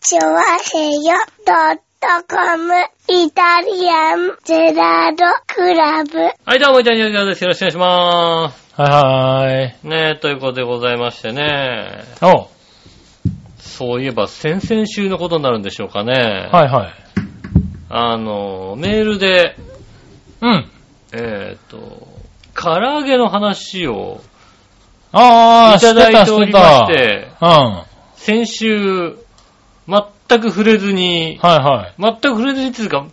チョワヘヨドットコムイタリアンゼラードクラブ。はい、どうも、イタリアンジャーです。よろしくお願いしまはいはーい。す。ねえ、ということでございましてね。おそういえば、先々週のことになるんでしょうかね。い。はいはい。あの、メールで、うん。えっ、と、唐揚げの話をあー、いただいておりまししてて、た。うん。先週、全く触れずに、はいはい。全く触れずにっていうか、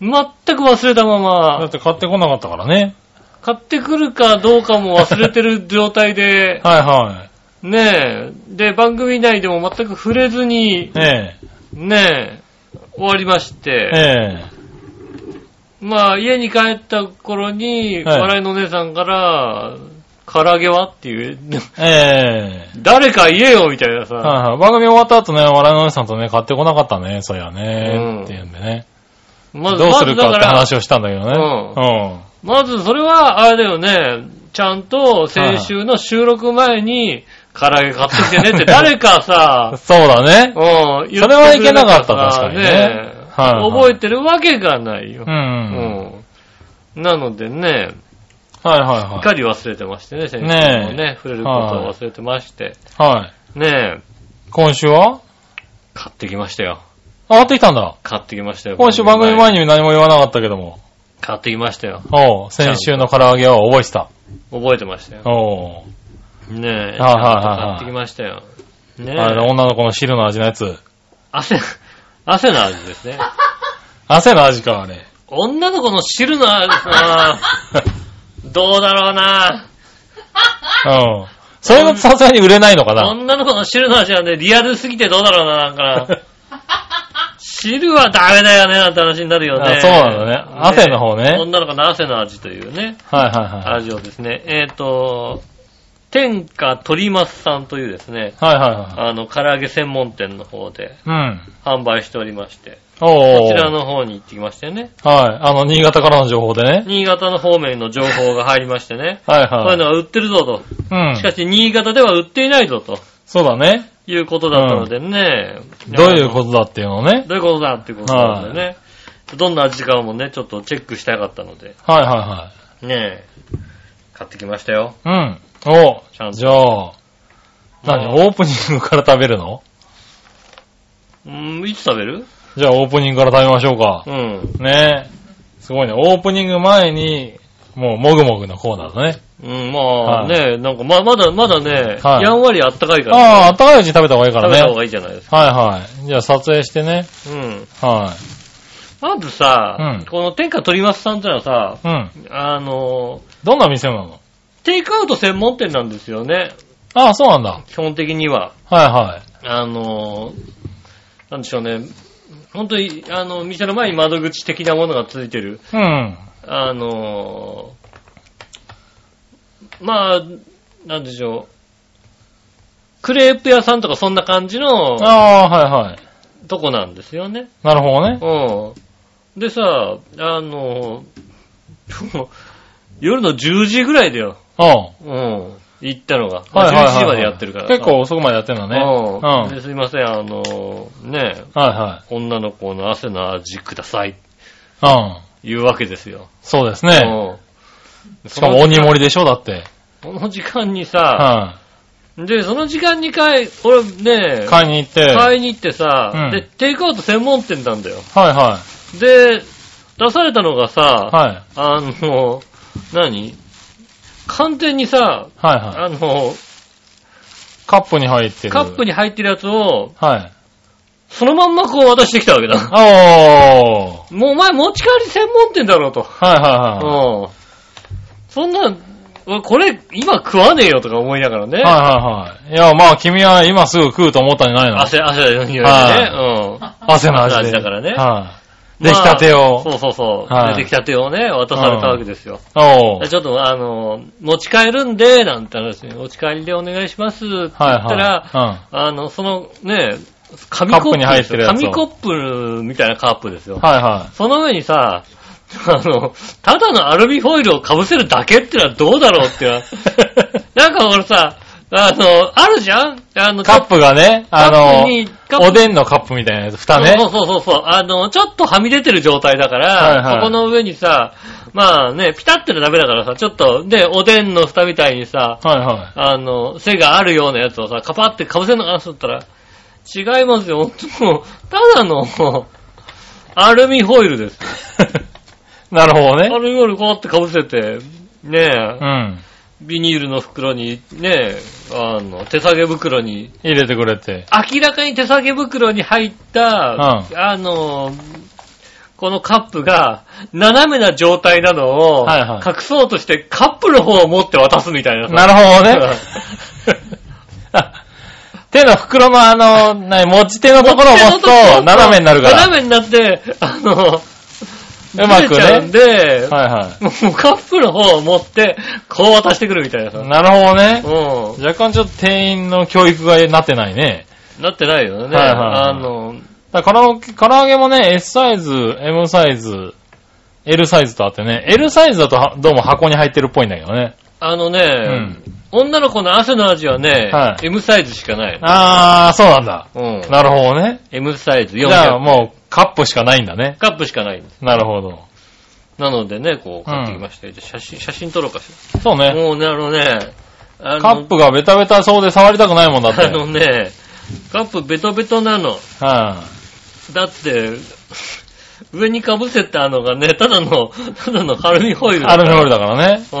全く忘れたまだまっ、て買ってこなかったからね。買ってくるかどうかも忘れてる状態で、はいはねえ、で、番組内でも全く触れずにい。、えねえ、終わりましえ。て、えまあ、家に帰った頃に、はい笑いのお姉さんから、唐揚げはっていう、 え。え誰か言えよみたいなさ、え。はいはい。番組終わった後ね、笑いのお姉さんとね、買ってこなかったね、そりゃうんね。っていうんでね。まどうするかってまずだら話をしたんだけどね。うまずそれは、あれだよね、ちゃんと先週の収録前に、唐揚げ買ってきて ねって誰かん。さ、そうだね。うん、言ってくれそれはいけなかったらさ確かにねはいはい覚えてるわけがないよう。ん。うんなのでね、はいはいすっはかり忘れてましてね、先週もね、ね触れることを忘れてまして、い。はい。ねえ、今週は買ってきましたよ。上がってきたんだ。買ってきましたよ。今週番組前に何も言わなかったけども。買ってきましたよ。おう先週の唐揚げは覚えてた。覚えてましたよ。おうねえ、はいはいはい買はいってきましたよ。ねあれだえ、女の子の汁の味のやつ。汗、汗の味ですね。 汗の味か、あれ。 女の子の汁の味、あーどうだろうなうん。それがさすがに売れないのかな。女の子の汁の味はね、リアルすぎてどうだろうな、なんか。汁はダメだよね、なんて話になるよね。あそうなんだね汗の方ね女の子の汗の味というね、はいはいはい。味をですね、えっ、と、天下鳥松さんというですね、はいはあの、唐揚げ専門店の方でいはい。うん。販売しておりまして、おー。こちらの方に行ってきましてね、はい。あの、新潟からの情報でね。新潟の方面の情報が入りましてね、はいこういうのはが売ってるぞと。い。しうかん。し、新潟では売っていないぞとそうだね。いうことだったのでね。どういうことだっていうのをね。どういうことだっていうことなんでね。どんな味かもね、ちょっとチェックしたかったので、はいはねえ、買ってきましたよ。いはい。うん。おちゃんとじゃあ、何もうオープニングから食べるのうん、いつ食べるじゃあオープニングから食べましょうかう。ん。ねえ。すごいね。オープニング前に、もう、もぐもぐのコーナーだね。うん、まあはいね、なんかま、まだ、まだね、はいやんわりあったかいから、ああ、あったかいうちに食べた方がいいか食らべね。た方がいいじゃないですか。はいはい。じゃあ撮影してね。うん。はまずさ、うんこの天下取りますさんってのはさ、い。うん。あの、どんな店なのテイクアウト専門店なんですよね、ああ、そうなんだ。基本的には。はいはい。あの、なんでしょうね。本当に、あの、店の前に窓口的なものがついてる。うん。あの、まあ、なんでしょう。クレープ屋さんとかそんな感じのああ、はいはい。とこなんですよね。なるほどね。うん。でさ、あの、 夜の10時ぐらいだよ。うん。うん。行ったのが。まはあいはいはい11時までやってるからさ。結構遅くまでやってんだね。うん。うん。ですいません、あの、ねえ、は女の子の汗の味ください、いはい。うん。いうわけですよ。そうですね。うんしかもその鬼盛りでしょ、だって。この時間にさ、はで、その時間に買い、俺ねい。、買いに行って。はい買いに行ってさ、うんで、テイクアウト専門店なんだよ。はで、出されたのがさい。、はい。あの、何完全にさ、はいはい。あの、カップに入ってる。カップに。に入ってるやつを、はい。そのまんまこう渡してきたわけ だ。おー。もうお前持ち帰り専門店だろうと。はいはいはうん。そんな、わこれ、今食わねえよとか思いながらね。い。はいはいはい。いや、まあ君は今すぐ食うと思ったんじゃないの汗、汗の匂いでね。汗の味で。汗の味だからねはうい。ん。出来たてまあを。そうそうそう。はい出てきたてをね、渡されたわけですよ。おー。でちょっと、あの、持ち帰るんで、なんて話に、持ち帰りでお願いしますって言ったはいら、はあの、そのね、紙コップカップに入ってるやつを紙コップみたいなカップですよ。い。うん。はいはその上にさ、あの、 ただのアルミホイルを被せるだけってのはどうだろうっていうのはなんか俺さ、あの、あるじゃんあの、カップがね、あカッのプにカッ、プおでんのカップみたいなやつ、蓋ね。そうそうそうそう。あの、ちょっとはみ出てる状態だから、はいはいそこの上にさ、まあね、ピタってのダメだからさ、ちょっと、で、おでんの蓋みたいにさ、はいはあの、背があるようなやつをさ、カパって被せるのかなと思ったら、違いますよ。もう、ただの、アルミホイル です。い。なるほどアね。ルミホイルこうやって被せて、ねえう、ん。ビニールの袋に、ねえ、あの、手提げ袋に、入れてくれて。明らかに手提げ袋に入った、あの、このカップが斜めな状態なのをはいはい隠そうとしてカップの方を持って渡すみたいなさ。なる ほどね。あ手の袋のあの、なに、持ち手のところを持つと、斜めになるから。斜めになって、あの、うまずれくちゃうんね。で、はいはもうカップの方を持って、こう渡してくるみたいなさ。い。なるほどね。う若干ちょっと店員の教育がなってないね。ん。なってないよね。はいはいはいあの、だから唐揚げ、唐揚げもね、S サイズ、M サイズ、L サイズとあってね、L サイズだとはどうも箱に入ってるっぽいんだけどね。あのね、うん女の子の汗の味はね、はい M サイズしかない。あー、そうなんだ。うん。なるほどね。 M サイズじゃあ400。もうカップしかないんだね。カップしかないんです。なるほど。なのでね、こう買ってきまして、じゃあ写真、写真撮ろうかしそうら。ね。もうね、あのね、あのカップがベタベタそうで触りたくないもんだっ て。あのね、カップベトベトなの。はだって、上に被せたのがね、ただの、ただのアルミホイルいだかアルらミホイルだからね。うん。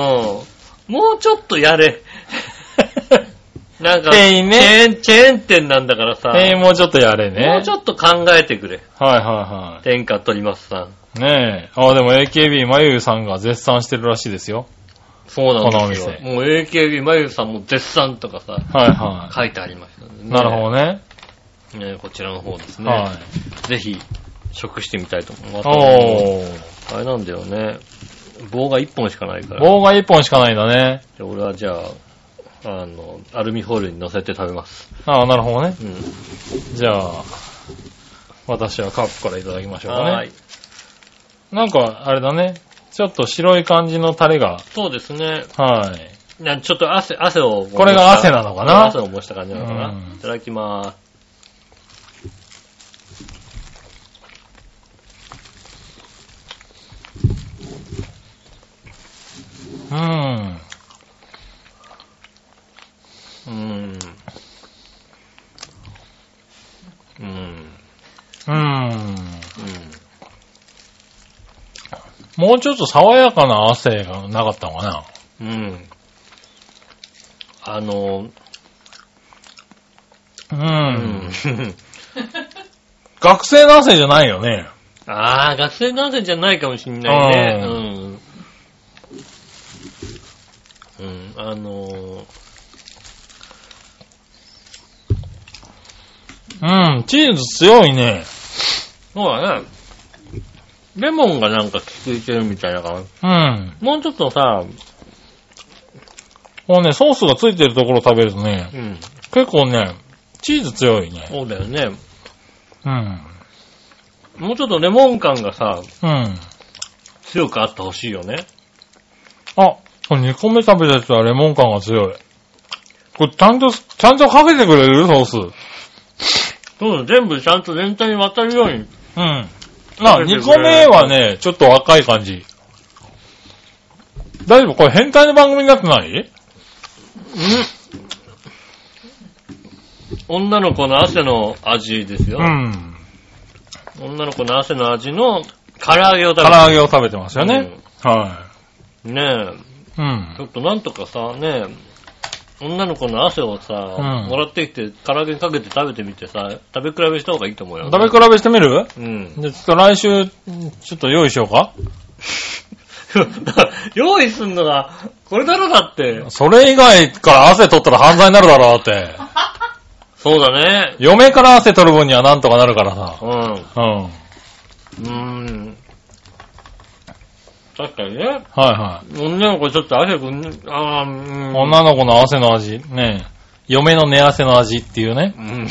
もうちょっとやれ。なんか、店員ねチェーン、チェーン店なんだからさ、店員もうちょっとやれね。もうちょっと考えてくれ。はいは天下取りますさん。いはい。ねえ。あ、でも AKB まゆゆさんが絶賛してるらしいですよ。そうなんですこのよ。お店もう AKB まゆさんも絶賛とかさ、はいは書いてありましたんでい。ね。なるほどね。ど。ね、こちらの方ですね。はい。ぜひ、食してみたいと思います。おー。あれなんだよね。棒が1本しかないから。棒が一本しかないんだね。じゃあ俺はじゃあ、あの、アルミホイルに乗せて食べます。ああ、なるほどね。うん。じゃあ、私はカップからいただきましょうかはねい。。なんか、あれだね。ちょっと白い感じのタレが。そうですね。はい。なちょっと汗、汗を。これが汗なのかな汗を模した感じなのかな。うんいただきまーす。うん。うーん。うーん。うん。うん。もうちょっと爽やかな汗がなかったのかなうん。あの、ううん。ん。 学生の汗じゃないよね。ああ、学生の汗じゃないかもしんないね。ううん。うん、あのーうん。チーズ強いね。そうだね。レモンがなんか効いてるみたいな感じ。うん。もうちょっとさ、こうね、ソースがついてるところ食べるとねう、ん、結構ね、チーズ強いね。そうだよね。うん。もうちょっとレモン感がさ、うん。強くあってほしいよね。あ、これ2個目食べたやつはレモン感が強い。これちゃんと、ちゃんとかけてくれるソース。うん。そうだ、全部ちゃんと全体に渡るように。まあ、2個目はね、ちょっと若い感じ。大丈夫これ変態の番組になってない女の子の汗の味ですよ。うん。女の子の汗の味の唐揚げを食べ唐揚げを食べてますよる。ね。はうんねえ。い。うちょん。っとなんとかさ、ねえ、女の子の汗をさ、んもらってきて、唐揚げにかけて食べてみてさ、食べ比べした方がいいと思うよ。食べ比べしてみるべうん。じゃあちょっと来週、ちょっと用意しようか用意すんのが、これだろだって。それ以外から汗取ったら犯罪になるだろうって。そうだね。嫁から汗取る分にはなんとかなるからうん。さ。うん。はうん。確かにね。いはい。女の子ちょっと汗くん、ああ、うん。女の子の汗の味、ねえ嫁の寝汗の味っていうねう。 ん。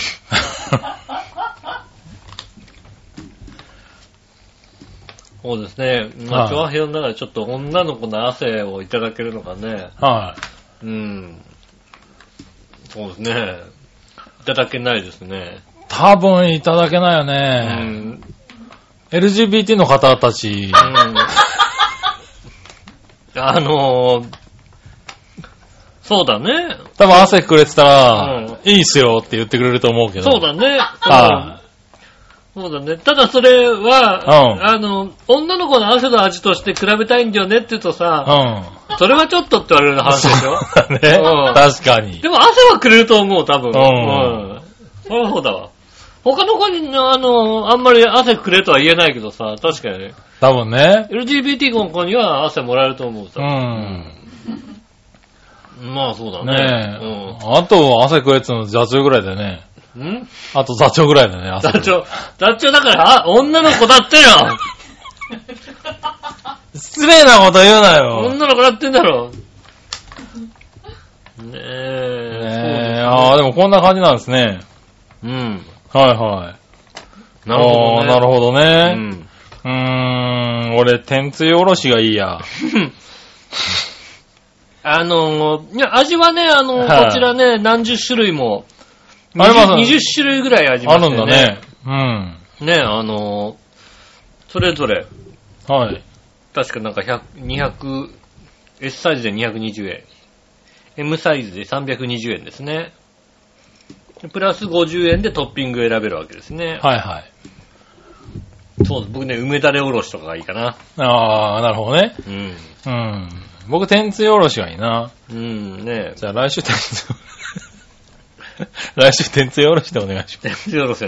そうですね。まあ、はい調和表の中でちょっと女の子の汗をいただけるのがね、はうん。そうですね。いただけないですね。多分いただけないようね。ん。 LGBT の方たうち、んあのー、そうだね。多分汗くれてたうんら、いいっすよって言ってくれると思うけど。そうだね。はそうだね。ただそれは、うんあの、女の子の汗の味として比べたいんだよねって言うとさ、い。それはちょっとって言われるうん。話でしょそうだねうん。確かに。でも汗はくれると思う、多分。ううんん。そりゃそうだわ。他の子に、あの、あんまり汗くれとは言えないけどさ、確かにね。多分ね。 LGBT の子には汗もらえると思ううさ。ん。まあそうだねえ。ね。あと、汗くれっての座長ぐらいだよね。うん。んあと座長ぐらいだよね、汗座 くれ。長、座長だから、あ、女の子だってよ失礼なこと言うなよ。女の子だってんだろねえ。ねえ、ああ、でもこんな感じなんですね。そうですねうん。はいはい。なるほど、ね。あーなるほどね。うん。うーん、俺、天つゆおろしがいいや。あのー、いや、味はね、あのー、はいこちらね、何十種類も。あります 20, 20種類ぐらい味あまするんよだね。ね。うん。ね。あのー、それぞれ、はい。確かなんか100、200、S サイズで220円。M サイズで320円ですね。プラス50円でトッピング選べるわけですね。はいはい。そうです。僕ね、梅だれおろしとかがいいかな。ああ、なるほどね。うん。うん。僕、天つゆおろしがいいな。うん、ねじゃあ、来週天つゆ、 来週天つゆおろしでお願いしえ。手手おろし、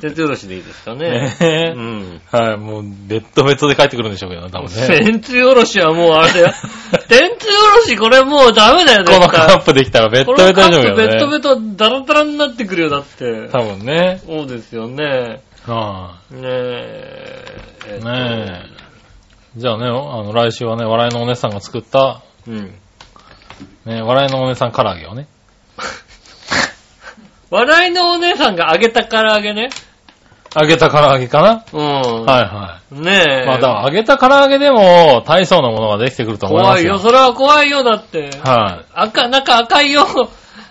手手おろしでいいですかねます。。ねうん。はい、もう、ベッドベッドで帰ってくるんでしょうけどね、多分ね。天つゆおろしはもうあれだ よ。天つゆおろしこれもうダメだよ、この絶カ対。ップできたらベッドこベのッドカでしょップうベけッどドね。ベトダラダラになってくるよ、だって。多分ね。そうですよね。はねえ。えっい。とねえ。じゃあね、あの、来週はね、笑いのお姉さんが作った、うん。ね、笑いのお姉さん唐揚げをね。笑いのお姉さんが揚げた唐揚げね。揚げた唐揚げかな、うん。はいはねい。え。まあ、だから揚げた唐揚げでも、大層なものができてくると思いま怖すいよ。よ、それは怖いよ、だって。はい。赤、中赤いよ。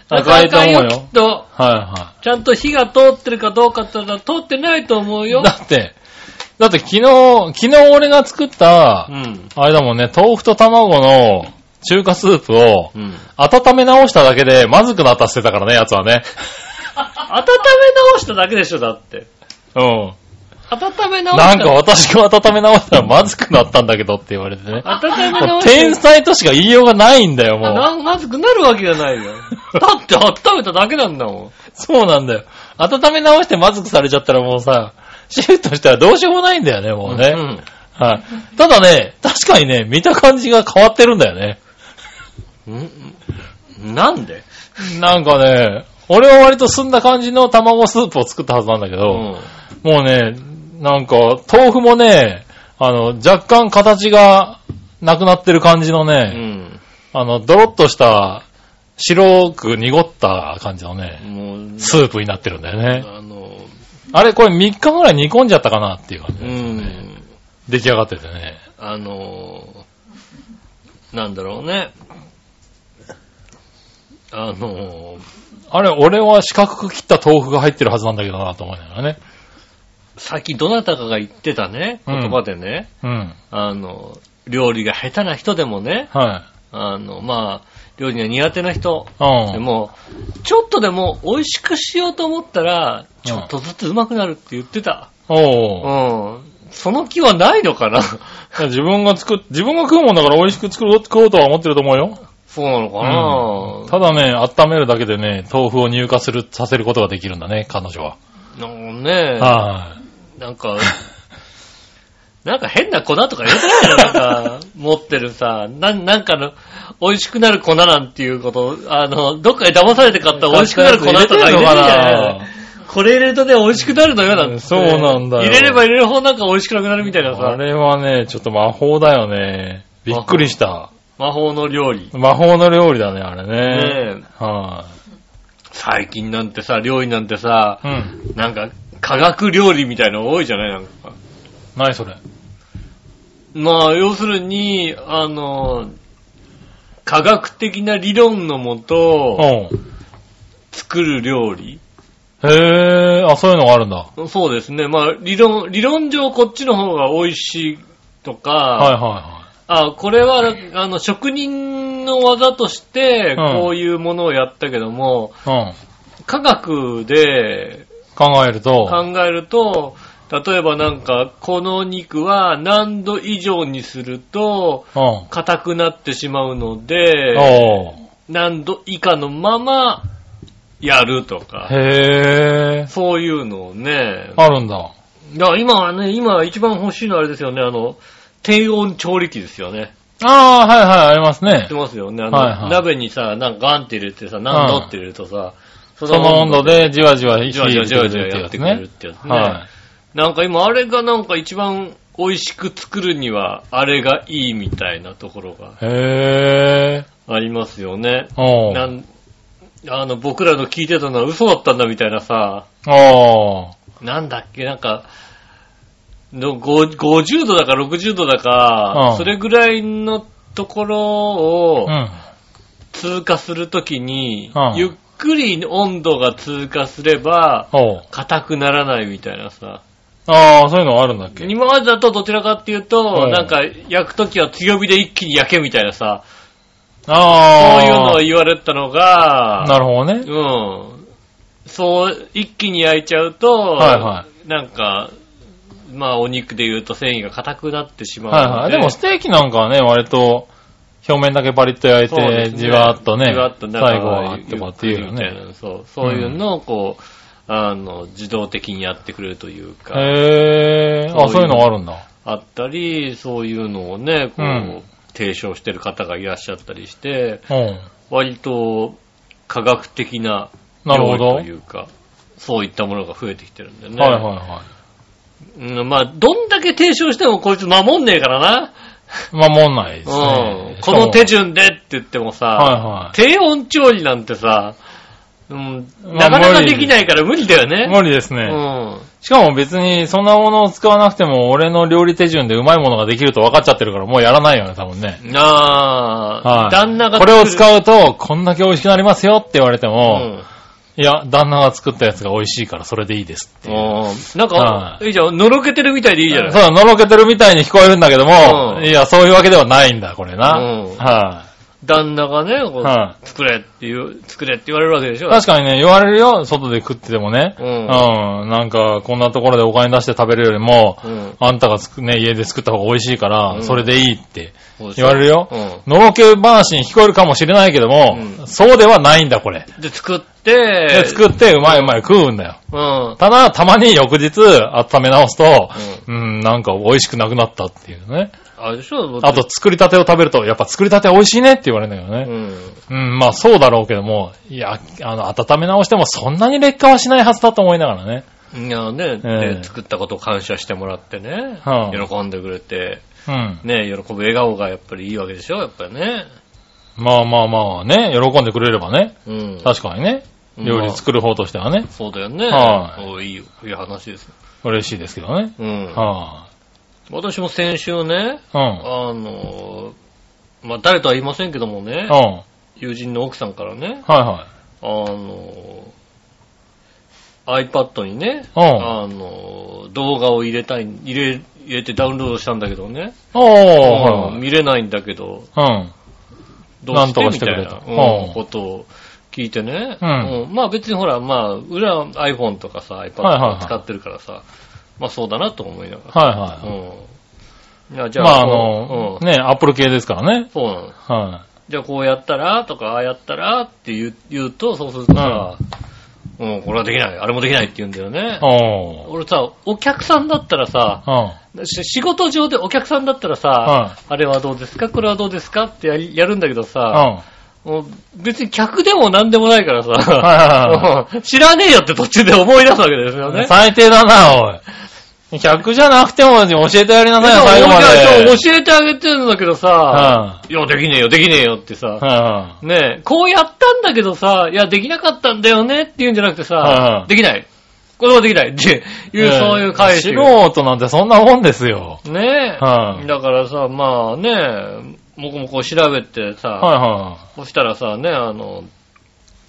赤いと思うよ中きっと。はちゃんと火が通ってるかどうかって言ったら通ってないと思ういよはい。。だって、だって昨日、昨日俺が作ったう、ん。あれだもんね、豆腐と卵の中華スープを、うん。温め温め直しただけで、まずくなったって言ってたからね、やつはね。直しただけでしょ、だって。うん。温め直なしんかた。私が温め直したらまずくなったんだけどって言われてね。温めも直う天した。才としか言いようがないんだよ、もう。なまずくなるわけじゃないよ。だって温めただけなんだもん。そうなんだよ。温め直してまずくされちゃったらもうさ、シフトしたらどうしようもないんだよね、もうね。うんはい。ただね、確かにね、見た感じが変わってるんだよね。うん。なんでなんかね、俺は割と澄んだ感じの卵スープを作ったはずなんだけうど、もうね、なんか、豆腐もね、あの、若干形がなくなってる感じのうね、ん。あの、ドロッとした、白く濁った感じのね、もう、スープになってるんだよね。あの、あれ、これ3日ぐらい煮込んじゃったかなっていう感じうなんですよね。ん。出来上がっててね。あのー、なんだろうね。あのー、あれ、俺は四角く切った豆腐が入ってるはずなんだけどなと思いながらね。さっきどなたかが言ってたね、うん言葉でね、うん。あの、料理が下手な人でもね、はい。あの、まあ、料理が苦手な人うん。でも、ちょっとでも美味しくしようと思ったら、ちょっとずつうまくなるって言ってた。うおう。ん。その気はないのかな 自分が作っ、自分が食うもんだから美味しく作ろう、食おうとは思ってると思うよ。そうなのうんかただね、温めるだけでね、豆腐を乳化する、させることができるんだね、彼女は。な、なんかねはい。なんか、なんか変な粉とか入れてないのなんか、持ってるさ、なん、なんかの、美味しくなる粉なんていうこと、あの、どっかで騙されて買った美味しくなる粉とか入れてるのかなこれ入れるとね、美味しくなるのよなんて。そうなんだよ入れれば入れる方なんか美味しくなくなるみたいなあさ、れはね、ちょっと魔法だよね。びっくりした。魔法の料理。魔法の料理だね、あれね。ねえは最近なんてさ、料理なんてさい。、うん。なんか、科学料理みたいなの多いじゃないなんか。何それ。まあ、要するに、あの、科学的な理論のもうと、ん。作る料理。へえ、あ、そういうのがあるんだ。はそうですね。まあ、理論、理論上こっちの方が美味しいとか、いはいはあ、これは、あの、職人の技として、うんこういうものをやったけども、い。うん。科学で考えると、考えると、例えばなんか、この肉は何度以上にすると、うん。お硬くなってしまうので、ー何度以下のまま、やるとか、へえ、そういうのをね、あるんだ。だから今はね、今一番欲しいのはあれですよね、あの、低温調理器ですよね。ああ、はいはい、ありますね知って。ますよね。あの、はいはい鍋にさ、なんかガンって入れてさ、何度って入れるとさ、そその温度でじわじわ火じわじわじわじわ入やれっててくくれれるるっってやつてやつね。ね。はなんか今あれがなんか一番美味しく作るには、あれがいいみたいなところがい。へえ、ありますよね。おなーんあの、僕らの聞いてたのは嘘だったんだみたいなさ、おーなんだっけ、なんか、のご50度だか60度だか、うんそれぐらいのところを、うん。通過するときに、うんゆっくり温度が通過すれば、おう硬くならないみたいなさ。ああ、そういうのがあるんだっけ今までだとどちらかっていうと、うんなんか焼くときは強火で一気に焼けみたいなさ、そうああ。いうのを言われたのが、なるほどね。うん。そう、一気に焼いちゃうと、はいはなんか、まあお肉で言うと繊維が硬くなってしまうはいのはい。でもステーキなんかはね、割と、表面だけパリッと焼いそうですて、じわーっとね、じわっと最後はとかっていうよみたいね。な。そう、そういうのをこう、あの、自動的にやってくれるというか、へえ、あ、そういうのがあるんだ。あったり、そういうのをね、こう、うん提唱してる方がいらっしゃったりして、うん。割と科学的ななるほど料理というか、そういったものが増えてきてるんだよね。はいはいはうんまあ、どんだけ提唱してもこいつ守んねえからな。い。まあ、もんないですうねん。。この手し順でって言ってもさ、かもは低温調理なんてさ、うん、まなあかなか無理できないから無理だよいはい。ね。無理ですうね。ん。しかも別に、そんなものを使わなくても、俺の料理手順でうまいものができると分かっちゃってるから、もうやらないよね、多分ね。なあ、はい。旦那がこれをう。使うと、こんだけ美味しくなりますよって言われてうも、ん。いや、旦那が作ったやつが美味しいから、それでいいですっていう。うんなんかは、いいじゃん。のろけてるみたいでいいじゃないそう、のろけてるみたいに聞こえるんだけども、うんいや、そういうわけではないんだ、これな。うんは旦那がね、こうは作れっていう、作れって言われるわけでしい、ょ。確かにね、言われるよ、外で食っててもね。ううんん。なんか、こんなところでお金出して食べるよりも、うんあんたがつく、ね、家で作った方が美味しいから、うんそれでいいってそうでしょ言われるよ。うのろけ話に聞こえるかもしれないけども、うんそうではないんだ、これ。ん。で、作って、で、作って、うまいうまい食うんだよ。うん。ただ、たまに翌日、温め直すと、うん、なんか美味しくなくなったっていうね。あれでしょあと、、作りたてを食べると、やっぱ作りたて美味しいねって言われるんだけうどね。ん。うん、まあそうだろうけども、いや、あの、温め直してもそんなに劣化はしないはずだと思いながらね。いやね、えでえ作ったことを感謝してもらってね、はい喜んでくれて、うん。ね、喜ぶ笑顔がやっぱりいいわけでしょ、やっぱりね。まあまあまあね、喜んでくれればね。うん。確かにね。うん料理作る方としてはね、そうだよね。はいそういいよ、いい話ですよ。嬉しいですけどね。うん。は私も先週ね、い、うん。あの、まあ、誰とは言いませんけどもねうん。、はい友人の奥さんからね、はあの、iPad にね、うんあの、動画を入れたい、入れ、入れてダウンロードしたんだけどね、い。おー、はいうんはい。見れないんだけど、うん。どうしてなんとかしてくれみとたいな、ううんんことを聞いてね、うんまあ別にほら、まあ、裏は iPhone とかさ、iPad とはいはいはかい使ってるからさ、まあそうだなと思いながはいら。はい。うん。いや、じゃあ、まああこうの、うんね、アップル系ですからね。そうなの。はじゃあこうやったらとか、ああやったらって言う言うと、そうするとさ、うん、これはできない、あれもできないって言うんだよねい。。おー。俺さ、お客さんだったらさ、うん。し仕事上でお客さんだったらさ、あれはどうですかこれはどうですかってやりやるんだけどさ、うん。もう別に客でも何でもないからさ、はうん知らねえよって途中で思い出すわけですよいはい。ね。最低だな、おい。100じゃなくても教えてやりなさいよ、最後まで。いやそう教えてあげてるんだけどさ、はいや、できねえよ、できねえよっていはさ、いはいねえ、こうやったんだけどさ、いや、できなかったんだよねって言うんじゃなくてはさ、いできない。これはできないっていう、ええそういう返し。素人なんてそんなもんですよ。ねえ、はいだからさ、まあねえ、僕もこう調べてさ、はいはそしたらさ、ね、あの、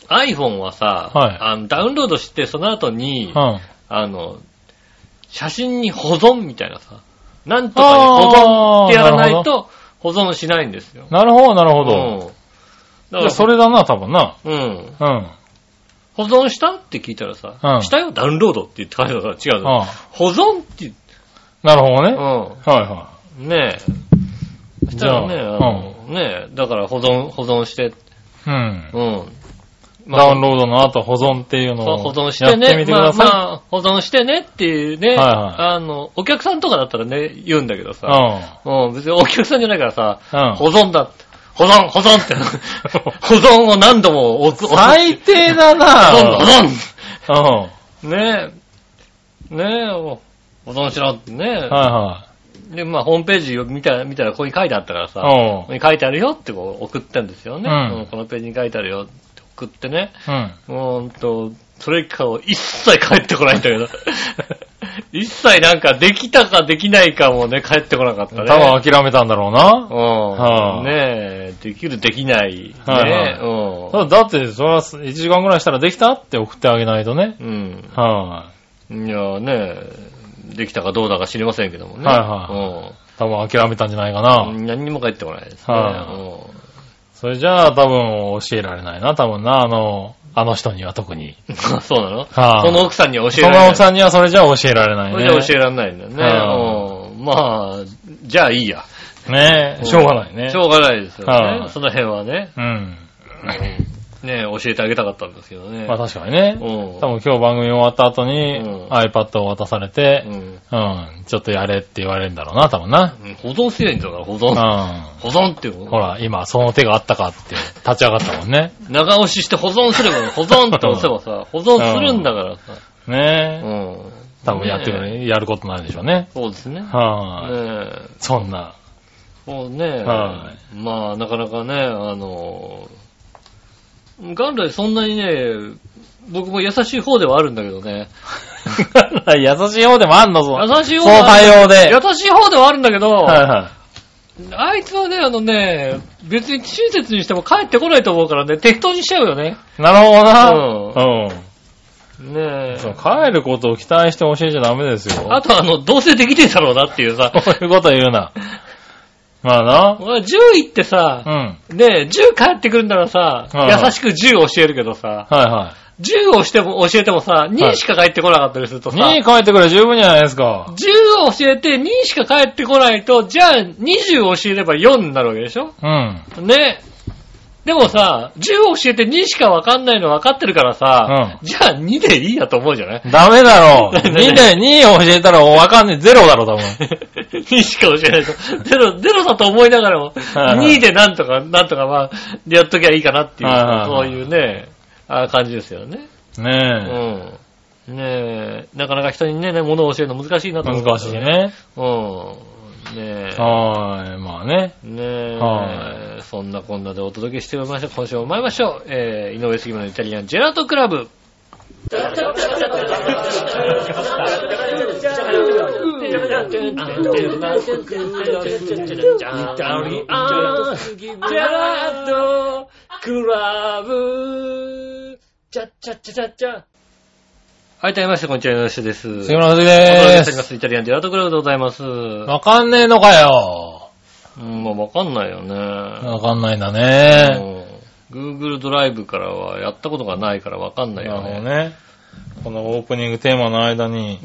iPhone はさ、はいあのダウンロードして、その後に、うん。あの、写真に保存みたいなさ、なんとかに保存ってやらないあーなと、保存しないんですよ。なるほど、なるほうんど。。だじゃあそれだな、多分な。うん。うん。あ保存したって聞いたらさ、うんしたよ、ダウンロードって言って書いてあるから違うの。あ保存って、なるほどね。はういはん。ねえ。しじたゃあらね、あの、ねえ、だから保存、保存して、い。うん。うん。ダウンロードの後保存っていうのそうを保存しやっててねみてくまだあさまい。あ、保存してねっていうね、はいはいあの、お客さんとかだったらね、言うんだけどさ、うん、別にお客さんじゃないからさ、うん。う保存だ、保存、保存 って、保存を何度も置く、ん。最低だ保存、保な存うん。はねえ、ねえ、保存しろってねい、はで、まあ、ホームページを見た見たらここに書いてあったからい。さ、ここうに書いてあるよってこう送ったんですよね、うんこのページに書いてあるよって送ってね、ん。うん。うーんと、それ以降一切帰ってこないんだけ ど。一切なんかできたかできないかもね、帰ってこなかったね。多分諦めたんだろうな。はうん。あねえ、できるできない。ねはいはいうん。だって、それは1時間ぐらいしたらできたって送ってあげないとね。うん。はいやねえ、できたかどうだか知りませんけどもね。はいはい。多分諦めたんじゃないかな。うん。何にも帰ってこないですね。はいそれじゃあ多分教えられないな、多分な、あの、あの人には特に。うん そうなのはいその奥さんには教えそられなのい。奥さんにはそれじゃ教えられないそれじゃね。教えられないんだよね。はうんまあ、じゃあいいや。ねえ、しょうがないねし。ょうがないですよはね。いその辺はね。うん。ねえ、教えてあげたかったんですけどね。まあ確かにね。うん。多分今日番組終わった後に、うん iPad を渡されて、うん、ちょっとやれって言われるんだろうな、多分な。うん。保存すりゃいいんだから、保う存。ん。保存っていうほら、今、その手があったかって、立ち上がったもんね。長押しして保存すれ ば、保存って押せばさ、保存するんだからさ。うねえ。ん。多分やってくねえ。れ、やることないでしょうね。そうですね。ねはい、え。そん な。そうねはまあ、なかなかね、あの、元来そんなにね、僕も優しい方ではあるんだけどね。優しい方でもあんの、そう。優しいそ方うでは対応で。優しい方ではあるんだけど、はいはい。あいつはね、あのね、別に親切にしても帰ってこないと思うからね、適当にしちゃうよね。なるうほどな。うん。ねえ。そう帰ることを期待して教えちゃダメですよ。あとあの、どうせできねえだろうなっていうさ。こういうこと言うな。まあ俺10行ってさ、な。うん。ねえ、10帰ってくるならさ、はい優しく10教えるけどさ、はいは10をしても、教えてもさ、2しか帰ってこなかったりするとい。さ、 2位帰ってくれ十分じゃないですか。 10を教えて2しか帰ってこないと、じゃあ20を教えれば4になるわけでしょうん。ねえ。でもさ、10を教えて2しかわかんないの分かってるからさ、じゃあ2でいいやと思うじゃない。ダメだろ何 2で2位を教えたらわかんねえ。ゼロだろ、多分。 2しか教えないと。ゼロ、ゼロだと思いながらも、はいはい2でなんとか、なんとかまあ、やっときゃいいかなっていう、はいはいそはういいうね、あ感じですよね。うねん。ねえ、なかなか人にね、ね物を教えるの難しいなえ。と思う。難しい。ね。うん。ねえ。はーい。まあね。ねはえ、そんなこんなでお届けしてみましょう。今週も参りましょう。えー、井上杉村のイタリアンジェラートクラブ。はい、どうもみなさん、こんにちは、井上杉です。杉村和樹お届でけしておりまーす。す。イタリアンジェラートクラブでございます。わかんねえのかよ。うん、まあ、わかんないよね。わかんないんだね。うん Google ドライブからはやったことがないからわかんなないるよほどね。ね。このオープニングテーマの間に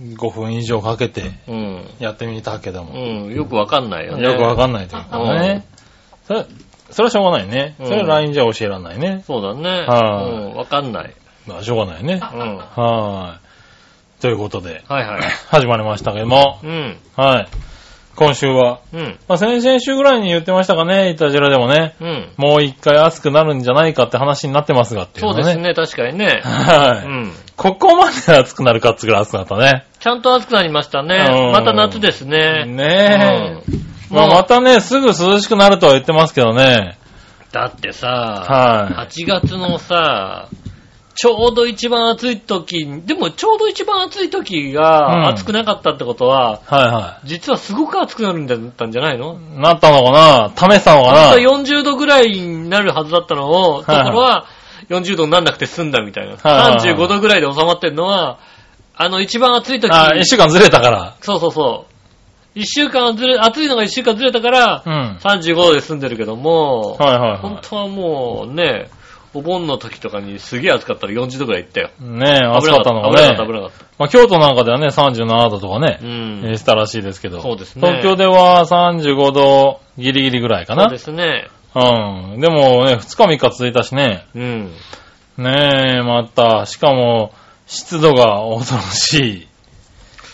5分以上かけてうん。やってみたけども。うん。うん。よくわかんないよね。よくわんかんないというかね。それ、それはしょうがないね。うんそれは LINE じゃ教えられないね。そうだね。はいうん。わかんない。まあ、しょうがないね。うん。ははーい。ということで、いはい。始まりましたけども、うん。はい。今週は、うん。まあ、先々週ぐらいに言ってましたかね、イタジラでもね、うん。もう一回暑くなるんじゃないかって話になってますがっていそうのうね。です。ね、確かにね。うはい。ん。ここまで暑くなるかっつうぐらい暑くなったね。ちゃんと暑くなりましたうね。んまた夏ですね。ねえ。うんまあ、もまうたね、すぐ涼しくなるとは言ってますけどね。だってさ、は8月のさ、ちょうど一番暑い時に、でもちょうど一番暑い時がうん暑くなかったってことは、はいは実はすごく暑くなるんだったんじゃないのい。なったのかな試したのかな本当は40度ぐらいになるはずだったのを、とこはいはいろは40度にならなくて済んだみたいな。はいはいはい35度ぐらいで収まってんのは、あの一番暑い時あ、一に、週間ずれたから。そうそうそう。一週間ずれ、暑いのが一週間ずれたからう、ん。はい35度で済んでるけども、はいはい。本当はもうね、お盆の時とかにすげえ暑かったら40度ぐらいいったよ。ねえ、暑かったのが危なかった、危なね。かった。まあ、京都なんかではね、37度とかねう、ん。えーしたらしいですけど。そうですね東京では35度ギリギリぐらいかそうな。ですね。うん。でもね、2日3日続いたしね。うん。ねえ、また、しかも、湿度が恐ろしい。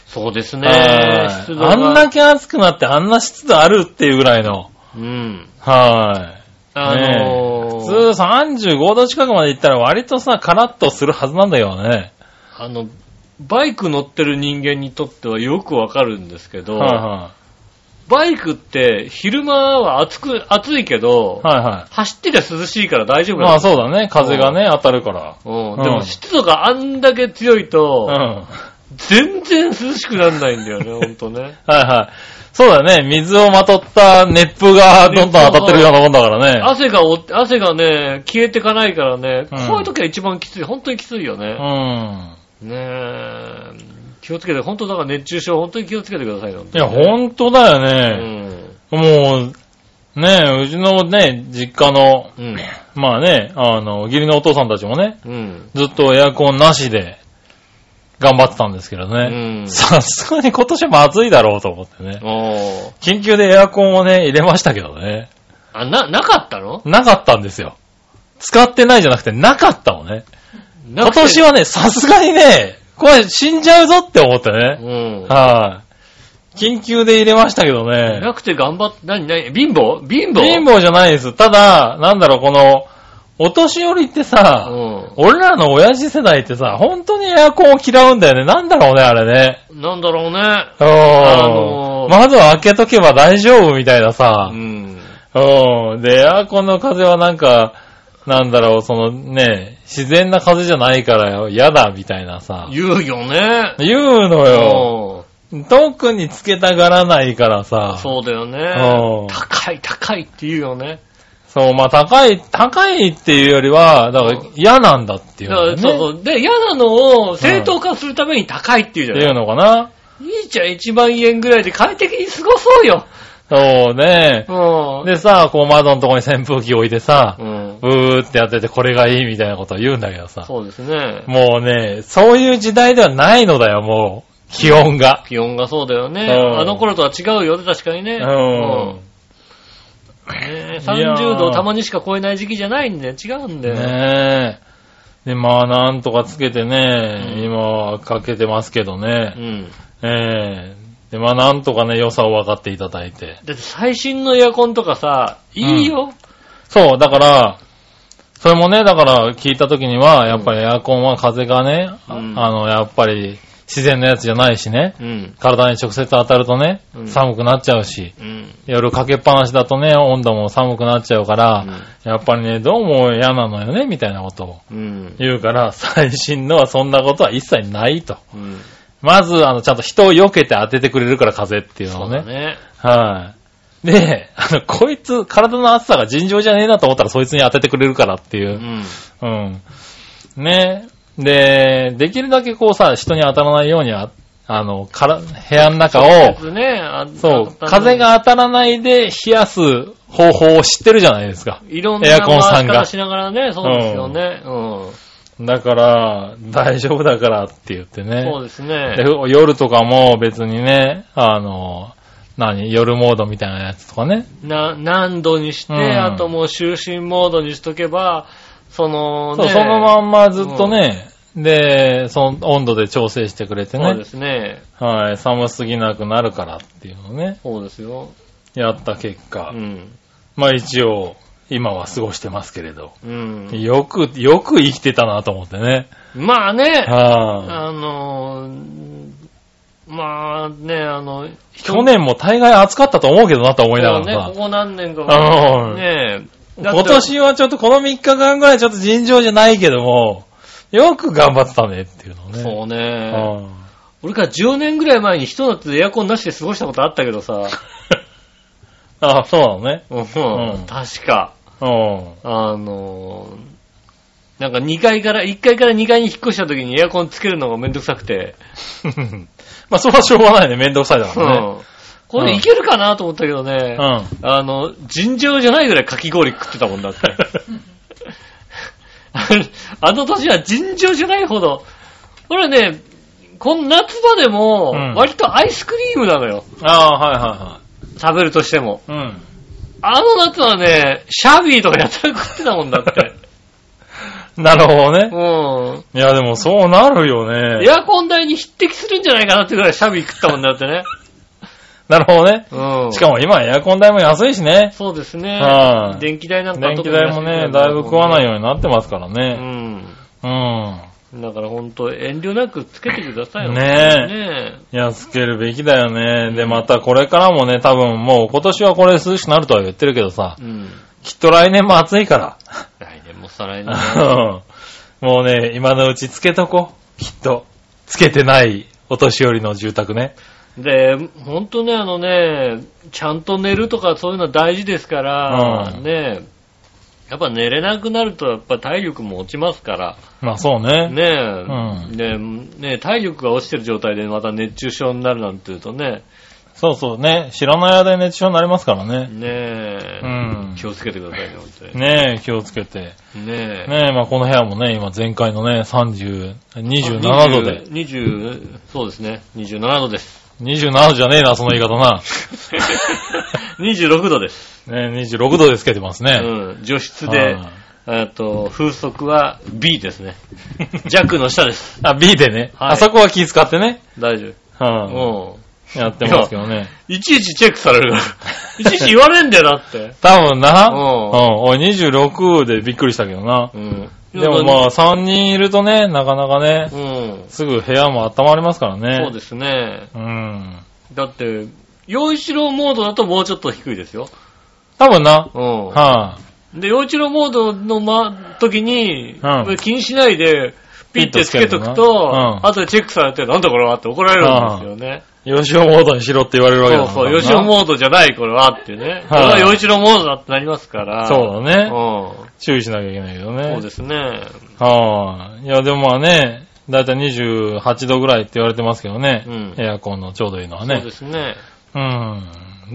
そうですはね。い湿度があんだけ暑くなってあんな湿度あるっていうぐらいの。うん。はい。あのー普通35度近くまで行ったら割とさ、カラッとするはずなんだけどね。あの、バイク乗ってる人間にとってはよくわかるんですけど、はバイクって昼間は暑く、暑いけど、いはい。はいは走ってりゃ涼しいから大丈い。夫まなあそうだね、風がね、当たるから。の。うんうんでも湿度があんだけ強いと、うん。全然涼しくならないんだよ ね、ほんとね。はいはい。そうだね。水をまとった熱風がどんどん当たってるようなもんだからね。汗がお、汗がね、消えてかないからね、うんこういう時は一番きつい、本当にきついよね。ねえ、気をつけて、本当だから熱中症、本当に気をつけてくださいよ。うん。いや、ほんとだうよね。ん。もう、ねうちのね、実家の、うん。まあね、あの、義理のお父さんたちもね、うん。ずっとエアコンなしで頑張ってたんですけどうね。ん。さすがに今年も暑いだろうと思ってね。おー緊急でエアコンをね、入れましたけどね。あ、な、なかったのなかったんですよ。使ってないじゃなくて、なかったのね。な今くて年はね、さすがにね、これ死んじゃうぞって思ってね。うん。はい。緊急で入れましたけどねな。くて頑張って、なになに貧乏貧乏貧乏じゃないです。ただ、なんだろう、この、お年寄りってさ、俺らの親父世代ってさ、本当にエアコンを嫌うんだよね。なんだろうね、あれね。うん。なんだろうね。うんのー窓を開けとけば大丈夫みたいなさう。ん。うん。で、エアコンの風はなんか、なんだろう、そのね、自然な風じゃないから嫌だみたいなさ。言うよね。言うのよ。うん特につけたがらないからさ。そう。そうだようねん。高い、高いって言うよね。まあ高い、高いっていうよりは、だから嫌なんだっていだうかのらね。そうそう。で、嫌なのを正当化するために高いって言うっじていゃうない。のかな。いいじゃん、1万円ぐらいで快適に過ごそうよ。そうね。うん。でさ、こう窓のとこに扇風機置いてさ、うん。ブーってやっててこれがいいみたいなことを言うんだけどさ。そうですね。もうね、そういう時代ではないのだよ、もう。気温が。気温がそうだよね。うんあの頃とは違うよね、確かにね。うんねえいやー30度をたまにしか超えない時期じゃないんだよ。違うんだよ。ねえ。で、まあ、なんとかつけてね、うん今、かけてますけどねう。ん。ええで、まあ、なんとかね、良さを分かっていただいて。だって最新のエアコンとかさ、いいよ。そう、だから、それもね、だから聞いた時には、やっぱりエアコンは風がね、あうんあの、やっぱり自然なやつじゃないしね、うん。体に直接当たるとねう、ん寒くなっちゃうし、うん。夜かけっぱなしだとね、温度も寒くなっちゃうから、やっぱりね、どうも嫌なのよね、みたいなことをうん。言うから、最新のはそんなことは一切ないと。うん。まず、あの、ちゃんと人を避けて当ててくれるから、風っていうのそをうね。だね。はい。で、あの、こいつ、体の熱さが尋常じゃねえなと思ったら、そいつに当ててくれるからっていうう。ん。うん。ね。で、できるだけこうさ、人に当たらないようにあ、あの、から、部屋の中を、そうね。あそう、あ風が当たらないで冷やす方法を知ってるじゃないですか。いろんなエアコン回さんしが方しながらね、そうですよね。うん。だから、大丈夫だからって言ってね。そうですねで。夜とかも別にね、あの、何、夜モードみたいなやつとかね。な、何度にして、うんあともう就寝モードにしとけば、そのそね、う、そのまんまずっとね、で、その温度で調整してくれてそうでね、すね。はい、寒すぎなくなるからっていうのをね、そうですよ。やった結果、うん。まあ一応、今は過ごしてますけれど、うん。よく、よく生きてたなと思ってね。まあね、はあ、あのー、まあね、あの、去年も大概暑かったと思うけどなと思いながそうね、らこさ、こ何年かうんはね、だって今年はちょっとこの3日間ぐらいちょっと尋常じゃないけども、よく頑張ってたねっていうのね。そうね。うん俺から10年ぐらい前に一夏でエアコンなしで過ごしたことあったけどさ。 あ、そうなのね。うん、うん確か。うん。あのーなんか2階から、1階から2階に引っ越した時にエアコンつけるのがめんどくさくて。 まあ、それはしょうがないね。めんどくさいだかうらね。ん。これいけるかなと思ったけどね。うん。あの、尋常じゃないぐらいかき氷食ってたも んだって。あの年は尋常じゃないほど、俺ね、この夏場でもうん、割とアイスクリームなのよ。ああ、食べるとしても。はいはいはい。うん。あの夏はね、シャビーとかやったら食ってたもんだ って。なるほどね。ういや、でもそうなるよん。エね。アコン代に匹敵するんじゃないかなってぐらいシャビー食ったもんだってね。なるほどね。うん。しかも今エアコン代も安いしね。そうですはねい。電気代なんか電気代もね、だいぶ食わないよ。ようになってますからうね。ん。うん。だから本当遠慮なくつけてくださいよ。ねえねいや、つけるべきだよね。で、またこれからもね、多分もう今年はこれ涼しくなるとは言ってるけどさえ。、うん。きっと来年も暑いか来年も再来年も。 ら。もうね、今のうちつけとこう。きっと。つけてないお年寄りの住宅ね。で、本当ね、あのね、ちゃんと寝るとかそういうのは大事ですから、うんねえやっぱ寝れなくなるとやっぱ体力も落ちますから、まあそうね。ねえ、うんでねえ体力が落ちてる状態でまた熱中症になるなんて言うとね、そうそうね。知らない間に熱中症になりますからねね。え、うん気をつけてくださいね、本当に。ねねえ、気をつけて。え。ねえ、まあこの部屋もね、今前回のね、30、27度で。 20 20そうですね、27度です。 27度じゃねえな、その言い方な。 26度です。ねえ、26度でつけてますね。うん、除湿はいで、えっと、風速は B ですね。 弱の下です。あ、B でね。はいあそこは気使ってね。大丈は夫。うん。い。やってますけどね。いちいちチェックされ るから。いちいち言われんだよ、だって。多分な。ううんん。俺26でびっくりしたけどな。うん。でもまあ3人いるとね、なかなかね、うん。すぐ部屋も温まりますからね。そうす。ですね。うん。だって、洋一郎モードだともうちょっと低いですよ。多分な。うん。はで、洋一郎モードのま、時に、うん気にしないで、ピッてつけとくピッとつけるのとな、うん後でチェックされて、なんだこれはって怒られるんですよね。い。吉尾モードにしろって言われるわけだそうそう、吉尾ーモードじゃない、これはってね。これは洋一郎モードだってなりますから。そうだね。うん。注意しなきゃいけないけどね。そうですね。はい。いや、でもまあね、だいたい28度ぐらいって言われてますけどね。うんエアコンのちょうどいいのそはうねで。すね。うん。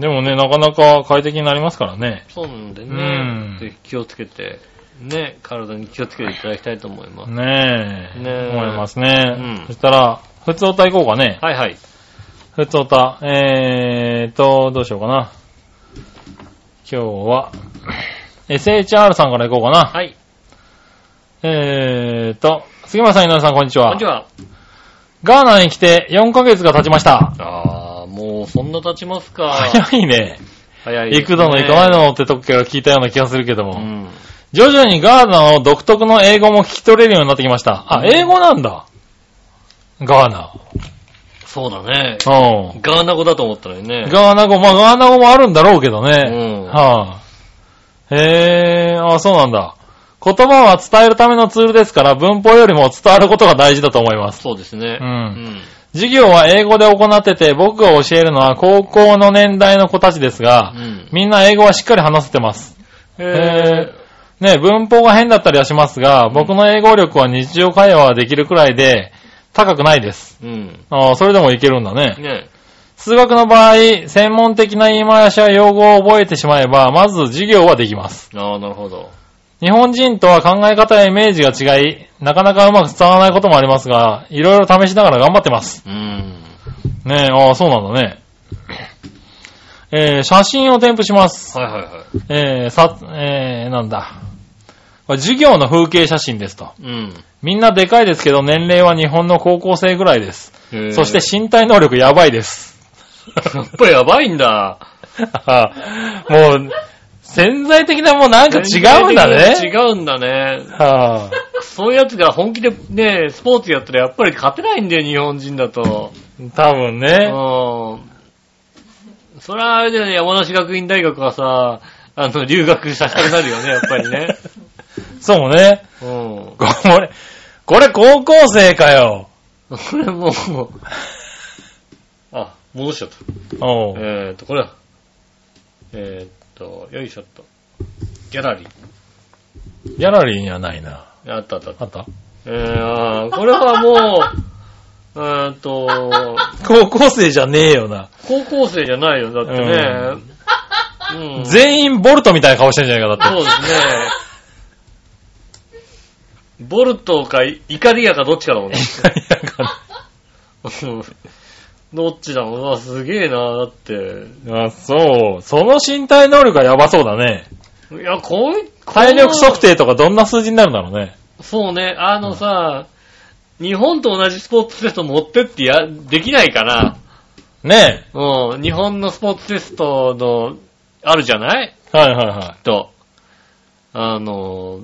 でもね、なかなか快適になりますからね。そうなんでうねん。ぜひ気をつけて、ね、体に気をつけていただきたいと思います。ねえ。ねえ思いますね。うんそしたら、普通歌いこうかね。はいはい。普通歌。えーっと、どうしようかな。今日 は、SHR さんからいこうかな。はい。えーっと、杉村さん、井上さん、こんにちこは。んにちは。ガーナに来て4ヶ月が経ちました。あー、もうそんな経ちますか。早いね。 早いですね。行くのも行かないのもって時から聞いたような気がするけどうも。ん。徐々にガーナの独特の英語も聞き取れるようになってきました。あ、英語なんだ。ガーナ。そうだね。うん。ガーナ語だと思ったのにね。ガーナ語、まあガーナ語もあるんだろうけどうね。ん。はあ、へえ、あそうなんだ。言葉は伝えるためのツールですから、文法よりも伝わることが大事だと思います。そうですね。うんうん。授業は英語で行ってて、僕が教えるのは高校の年代の子たちですが、うんみんな英語はしっかり話せてます。へね、文法が変だったりはしますが、僕の英語力は日常会話はできるくらいで、高くないです。ー。うん。ああ、それでもいけるんだね。ね。数学の場合、専門的な言い回しや用語を覚えてしまえば、まず授業はできます。あー、なるほど。日本人とは考え方やイメージが違い、なかなかうまく伝わらないこともありますが、いろいろ試しながら頑張ってます。うん。ねえ、ああ、そうなんだね。えー、写真を添付します。はいはいはえー、さ、えー、なんだ。これ授業の風景写真ですと。い。うん。みんなでかいですけど、年齢は日本の高校生ぐらいです。へーそして、身体能力やばいです。 やっぱりやばいんだ。あもう、潜在的なもうなんか違うんだね。違うんだね。 はあ、そういうやつが本気でね、スポーツやったらやっぱり勝てないんだよ、日本人だと。多分うね。ん。それはあれだよね、山梨学院大学はさ、あの、 留学したくなるよね、やっぱりね。そうね。うん。これ、これ高校生かよ。これもう、あ、戻しちゃった。おう。えーっと、これだ。えーっと、よいしょっと。ギャラリギャラリーにはないな。ー。あったあったあった。あったえー、あーこれはもう、えーっと、高校生じゃねえよな。高校生じゃないよ、だってね。うん。全員ボルトみたいな顔してんじゃないか、だそっうですね。ボルトかイカリアかどっちかだもんね。て。いや うんどっちだもん。うわ、すげえな、だって。いやあ、そう。その身体能力はやばそうだね。いや、こうい体力測定。定とかどんな数字になるんだろうね。そうね、あのさ、日本と同じスポーツテスト持ってってや、できないかな。ねうん、日本のスポーツテストの、あるじゃないえ。はいはいはと。あの、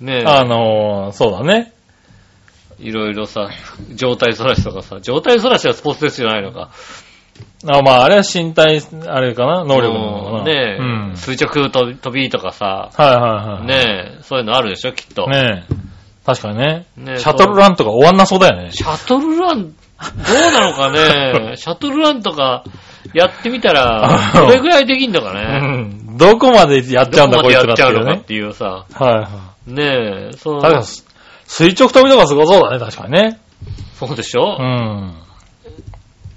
ねい。え。あのー、そうだね。いろいろさ、状態そらしとかさ、状態そらしはスポーツテストじゃないのか。あまあ、あれは身体、あれかな能力なのかう。なんねえ、うん。垂直飛び飛びとかさ、はいはいはい。ねえ、そういうのあるでしょ、きっと。ねえ。確かにね。ねえシャトルランとか終わんなそうだよね。シャトルラン、どうなのか ねシャトルランとかやってみたら、うんどれぐらいできんのかうね、ん。どこまでやっちどゃうんこだ、まこでいやつらっちってゃういうのかっね。ていうさ、はいはねえ、そい。う、確かに、垂直飛びとかすごそうだね、確かにね。そうでしょ、うん。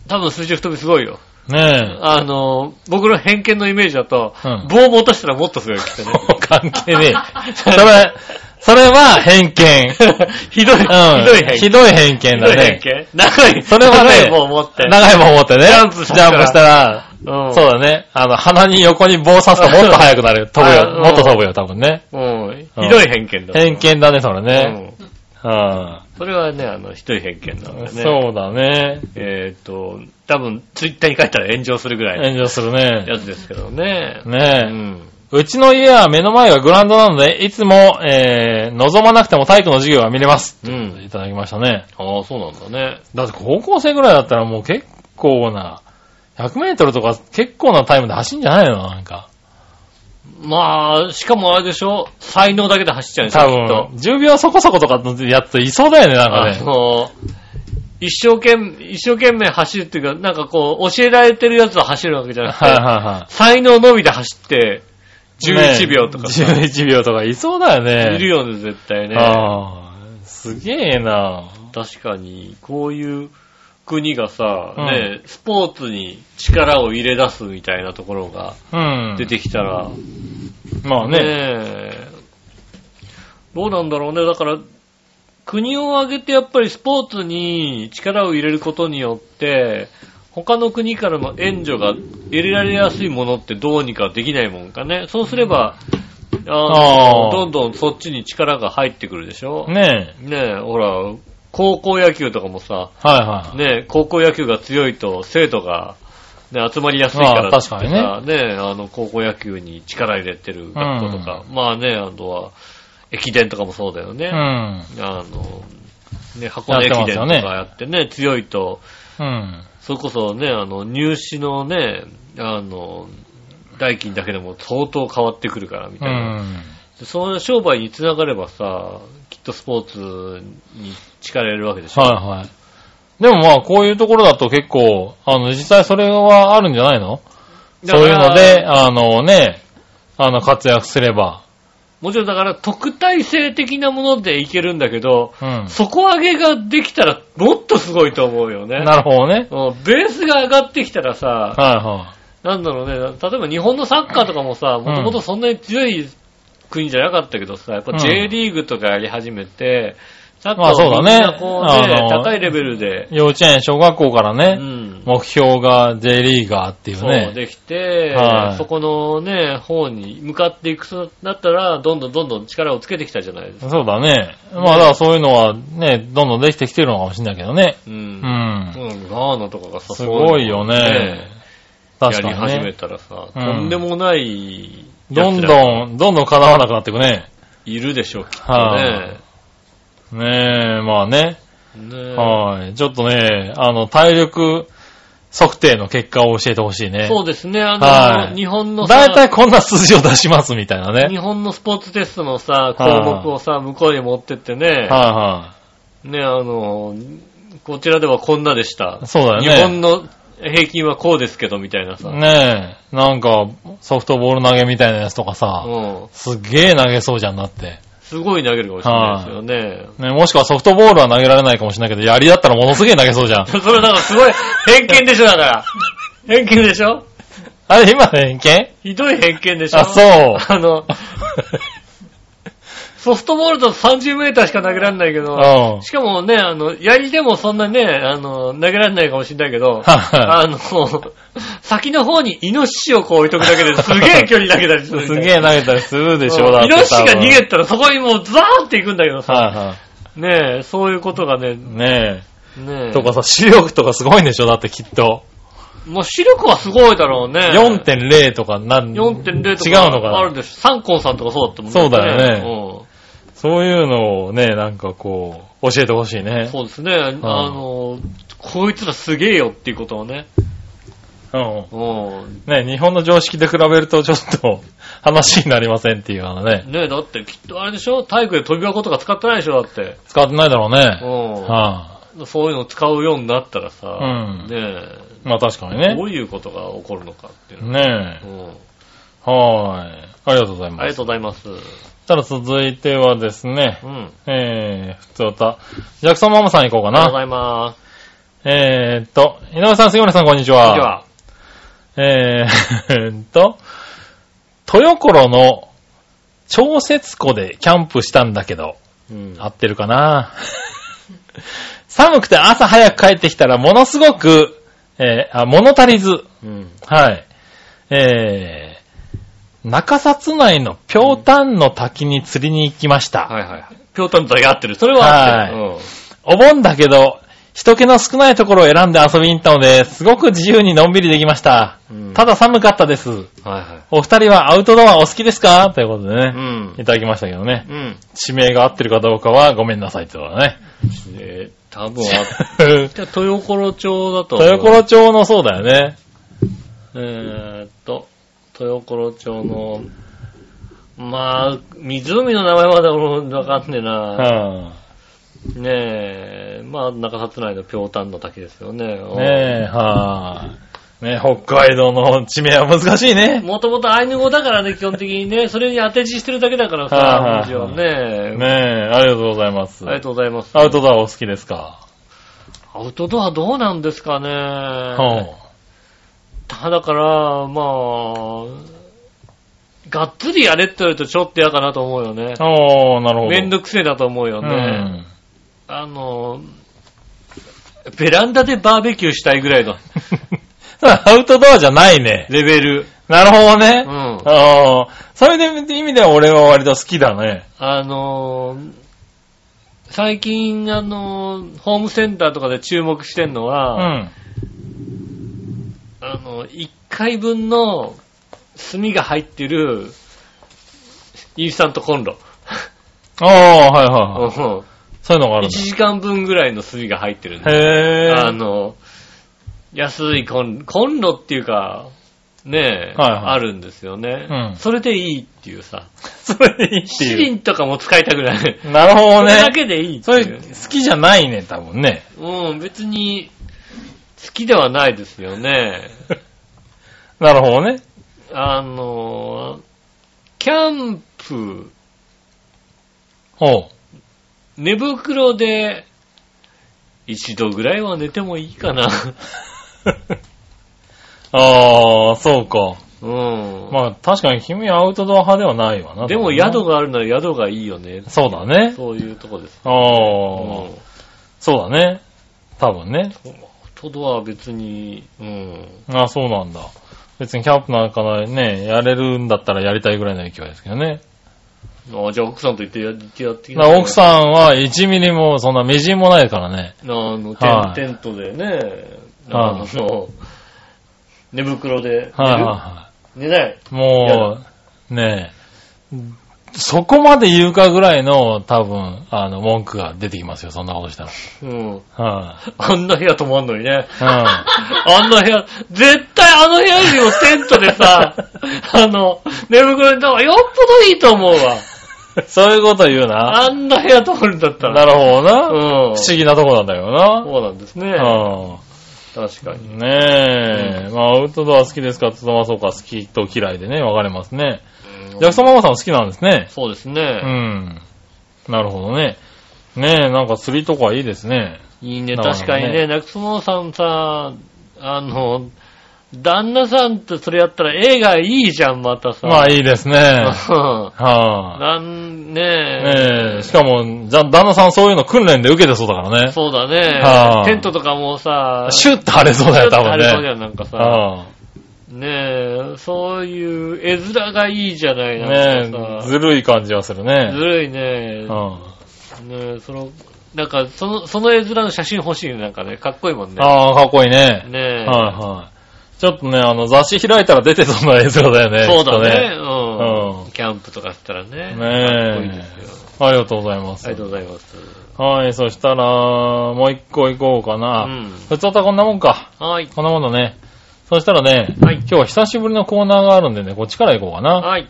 多分垂直飛びすごいよ。 ねえ。あの、僕の偏見のイメージだと、うん棒も落としたらもっとすごい、きっとね。 関係ねえ。それ、それは偏見。 ひどい、ひどい偏うん。見。ひどい偏見だね。長い、それは長ねい棒を持って。長い棒持ってね。ジャンプしたらジャンプしたら、うんそうだね。あの、鼻に横に棒刺すともっと速くなる。飛ぶうんよ。もっと飛ぶよ、多分ね。うん。ひどい偏見だ。偏見だね、それね。うん。うん。それはね、あの、ひどい偏見なんだね。そうだね。えっと、多分、ツイッターに書いたら炎上するぐらい炎上するのね。やつですけどね。うねえ。ん。うちの家は目の前がグラウンドなので、いつも、えー、望まなくても体育の授業が見れます。うん。いただきましたね。ああ、そうなんだね。だって高校生ぐらいだったらもう結構な、100メートルとか結構なタイムで走んじゃないのなんか。まあ、しかもあれでしょ才能だけで走っちゃうんでしょ多きっと分、10秒そこそことかのやついそうだよね、なんあかね。の、一生懸命、一生懸命走るっていうか、なんかこう、教えられてるやつは走るわけじゃなくはいはいて、は才能のみで走って、い。 11秒とかさ、ね11秒とかいそうだよね。いるよね、絶対ね。ああ。すげえな。確かに、こういう国がさ、うんね、スポーツに力を入れ出すみたいなところがうん。出てきたら、まあねね。えどうなんだろうね。だから、国を挙げてやっぱりスポーツに力を入れることによって、他の国からの援助が入れられやすいものってどうにかできないもんかね。そうすれば、あのあーどんどんそっちに力が入ってくるでしょ。ねえ。ねえ、ほら、高校野球とかもさ、はいはい。ねえ、高校野球が強いと生徒が、ね、集まりやすいからああ確かにねってさねえあの、高校野球に力入れてる学校とか、まあね、あとは、駅伝とかもそうだようね。ん。あの、ね、箱根駅伝とかやってね、強いと、うん。それこそね、あの、入試のね、あの、代金だけでも相当変わってくるから、みたういな。ん。でその商売につながればさ、きっとスポーツに力入れるわけでしょ。はいはい。でもまあ、こういうところだと結構、あの、実際それはあるんじゃないのだかそらういうので、あのね、あの、活躍すれば。もちろんだから特待生的なものでいけるんだけど、うん。底上げができたらもっとすごいと思うよね。なるほどね。うんベースが上がってきたらさ、はいはなんだろうね、例えば日本のサッカーとかもさ、もともとそんなに強い国じゃなかったけどさ、やっうぱん J リーグとかやり始めて、サッカまあーそうをだみんねなこうね、あの高いレベルで、い。幼稚園、小学校からうね、ん、目標が J リーガーっていうそうね。できて、はいそこのね、方に向かっていくとなったら、どんどんどんどん力をつけてきたじゃないですか。そうだね。まあだからそういうのはね、どんどんできてきてるのかもしれないけどね。ううんうん。ん、ガーナとかがさ、すごいよね。そう確いうのをねやかにり始めね。たらさ、うんとんでもない、どんん。どん、どんどん叶わなくなっていくね。いるでしょう、きっとはね。ねえ、まあね。ねはい。ちょっとね、あの、体力、測定の結果を教えてほしいね。そうですね、あの、はい日本のだいたいさ、こんな数字を出しますみたいなね。日本のスポーツテストのさ、項目をさ、向こうに持ってってね、はね、あの、こちらではこんなでしたいはい。。そうだよね。日本の平均はこうですけど、みたいなさ。ねえ、なんか、ソフトボール投げみたいなやつとかさ、うん。すっげえ投げそうじゃんなって。すごい投げるかもしれないですよね。。ね、もしくはソフトボールは投げられないかもしれないけど、槍だったらものすげえ投げそうじゃん それなんかすごい偏見でしょ、だから。偏見でしょあれ、今偏見ひどい偏見でしょあ、そう。あ の、ソフトボールだと30メーターしか投げられないけ ど、うん。しかもね、あの、槍でもそんなね、あの、投げられないかもしれないけど、 はあの、先の方にイノシシをこう置いとくだけ ですげえ距離投げたりすい。るすげえ投げたりするででしょ、だってイノシシが逃多げたらそこにもうザーって行くんだけど分さ、はねえ、そういうことがね、いはい。ねねえ。え。とかさ、視力とかすごいんでしょ、だってきっと。もう視力はすごいだろうね。 4.0とか、なん、 4.0とか。違うのかあるな。でしょ。サンコンさんとかそうだったもんそうだよねうんそういうのをね、なんかこう、教えてほしいね。そうですね。あの、こいつらすげえよっていうことをね。うん。うん。ね、日本の常識で比べるとちょっと話になりませんっていうようなね。ねえ、だってきっとあれでしょ体育で飛び箱とか使ってないでしょだって。使ってないだろううね。ん。はそういうのを使うようになったらさ、うんねい、まあ確かにえ、どね。ういうことが起こるのかっていうの。ねうえ。ん。はーい。ありがとうございあまりがす。とうございます。うただ続いてはですね、ん。ありえー、ふつおた。ジャクソンママさん行こうかがとうごな。ざいます。えーっと、井上さん、杉村さん、こんにちこんは。にちは。えーえーっと、豊頃の調節湖でキャンプしたんだけど、うん合ってるかな 寒くて朝早く帰ってきたらものすごく、えーあ、物足りず、うん。はい。えー、中札内の瓢箪の滝に釣りに行きました。はいはいはい。ぴょうたんとだけ合ってる。それは合ってる。うん。お盆だけど、人気の少ないところを選んで遊びに行ったので、すごく自由にのんびりできました。うんただ寒かったです。はいはい。お二人はアウトドアお好きですかということでね、うん。いただきましたけどね。うん。地名が合ってるかどうかはごめんなさいってことだね。えー、多分 あっ豊じゃあ、豊頃町だと。頃町のそうだよね。えーっと、豊頃町の、まあ、湖の名前まで俺わかんねえうな。ん。ねえ、まあ、中札内の瓢箪の滝ですよね。ねえ、はぁ。ね北海道の地名は難しいね。もともとアイヌ語だからね、基本的にね、それに当て字してるだけだからはいはいさは、い文字はね。ねえ、ありがとうございます。ありがとうございます。アウトドアお好きですか、アウトドアどうなんですかね。うん。ただから、まあ、がっつりやれって言われるとちょっと嫌かなと思うよね。おー、なるほど。めんどくせえだと思うよね。うんあの、ベランダでバーベキューしたいぐらいの アウトドアじゃないね。レベル。なるほどねう。ん。ああ、それで意味では俺は割と好きだね。あの、最近、あの、ホームセンターとかで注目してんのうは、ん。あの、1回分の炭が入ってるインスタントコンロ。ああ、はいはいはい。そういうのがあ1るん時間分ぐらいの炭が入ってるんでだ。へえ。あの、安いコンコンロっていうか、ねえ、はいはいあるんですよね、うんそれでいいっていうさ。 それでいいって七いう。輪とかも使いたくない。なるそほどれだね。けでいいってそいれう好。きじゃないね、多分ね。うん、別に好きではないですよ ね。なるほどね。あの、キャンプ、ほう。寝袋で一度ぐらいは寝てもいいか な。ああ、そうか。うん。まあ確かに君アウトドア派ではないわな。でも多宿分ながあるなら宿がいいよね。そうだね。 そういうとこです。あうあ、んそうだね。多分ね。トドは別に、うん。あ、そうなんだ。別にキャンプなんかね、やれるんだったらやりたいぐらいの勢いですけどね。あじゃあ奥さんと行ってやってやってきだから奥さんは1ミリもそんなみじんもないからね。ん。あの、テン,、はいテントでね、はあいの、寝袋で寝る、はい、は寝ない。い。もう、ねえ、そこまで言うかぐらいの、多分、あの、文句が出てきますよ、そんなことしたら。うん。はあんな部屋泊まんのにね。い、うん。あんな部屋、絶対あの部屋よりもテントで さ、あの、眠くなった方がよっぽどいいと思うわ。 そういうこと言うな。あんな部屋泊まるんだったなら。るほどうな。ん不。思議なとこなんだよそうなんですね。な。うん確かに。ねえ、まあ、アウトドア好きですかと、まあそうか、好きと嫌いでね、分かれますね。ジャクソンママさん好きなんですね。そうですうね。ん。なるほどね。ねえ、なんか釣りとかいいですね。いいね、なるほどね確かにね。ナクスモさんさ、あの、旦那さんとそれやったら絵がいいじゃん、またさ。まあいいです ね。うんはあ。 なん、ねねえ、しかも、じゃ、旦那さんそういうの訓練で受けてそうだからね。そうだね、はいテントとかもさ、シュッて晴れそうだよ、多分あれそうじね。ゃん、なんかさ。はねえ、そういう絵面がいいじゃないあなねんかえ、さ。ずるい感じはするね。ずるいね。うんねえ、その、なんか、その、その絵面の写真欲しいね、なんかね。かっこいいもんね。ああ、かっこいいね。ねえ。はいはい。ちょっとね、あの、雑誌開いたら出てそうな絵面だよね。そうだねねう。うんキャンプとかしたらきね。っとかっこいいね。でねすえ。よ。ありがとうございまあす。りがとうございます。はい、そしたら、もう一個行こうかな。うん普通はこんなもんか。はい。こんなもんだね。そしたらね、はい今日は久しぶりのコーナーがあるんでね、こっちから行こうかな。はい。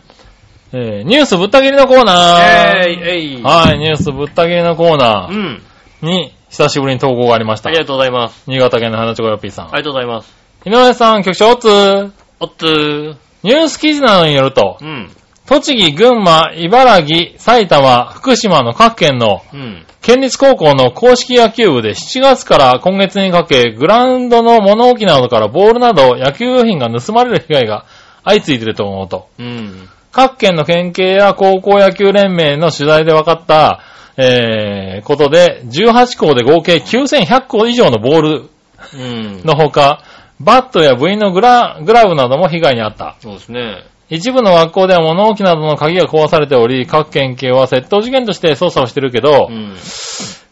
えー、ニュースぶった切りのコーナー。えい、えい。はい、ニュースぶった切りのコーうナーん。に、久しぶりに投稿がありましあたり。がとうございます。新潟県の花ちょこよっぴーさん。ありがとうございます。井上さん、局長、おつーおっつー。ニュース記事などによるとう、ん。栃木、群馬、茨城、埼玉、福島の各県のうん。県立高校の公式野球部で7月から今月にかけ、グラウンドの物置などからボールなど野球用品が盗まれる被害が相次いでいると思うと。うん。各県の県警や高校野球連盟の取材で分かった、えー、ことで、18校で合計9100校以上のボールうん。のほか、バットや部員のグラグラブなども被害に遭った。そうですね。一部の学校では物置などの鍵が壊されており、各県警は窃盗事件として捜査をしてるけど、うん。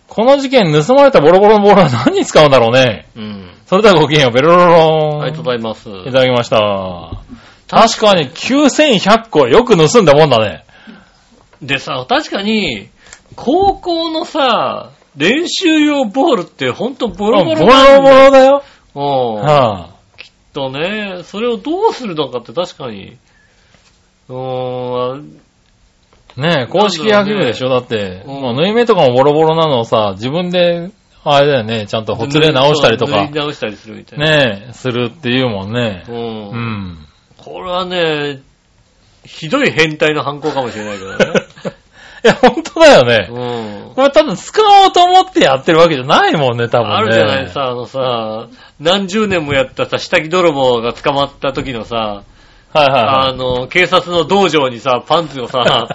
この事件盗まれたボロボロのボールは何に使うんだろうね。うん。それではごきげんよう、ベロロローン。ありがとうございます。いただきました。確かに9100個よく盗んだもんだね。でさ、確かに、高校のさ、練習用ボールってほんとボロボロボロボロだよ。ロうん。はあ、とね、それをどうするのかって確かに、うーん、ねえ、公式野球部でしょだって、うんもう縫い目とかもボロボロなのをさ、自分で、あれだよね、ちゃんとほつれ直したりと塗かり、直したりするみたいな。ねえ、するっていうもんねう。。うんん。これはね、ひどい変態の犯行かもしれないけどね。 いや、本当だよね。うん。これ多分使おうと思ってやってるわけじゃないもんね、多分ね。あるじゃないさ、あのさ、何十年もやったさ、下着泥棒が捕まった時のさ、はいはいはいあ。の、警察の道場にさ、パンツを さ、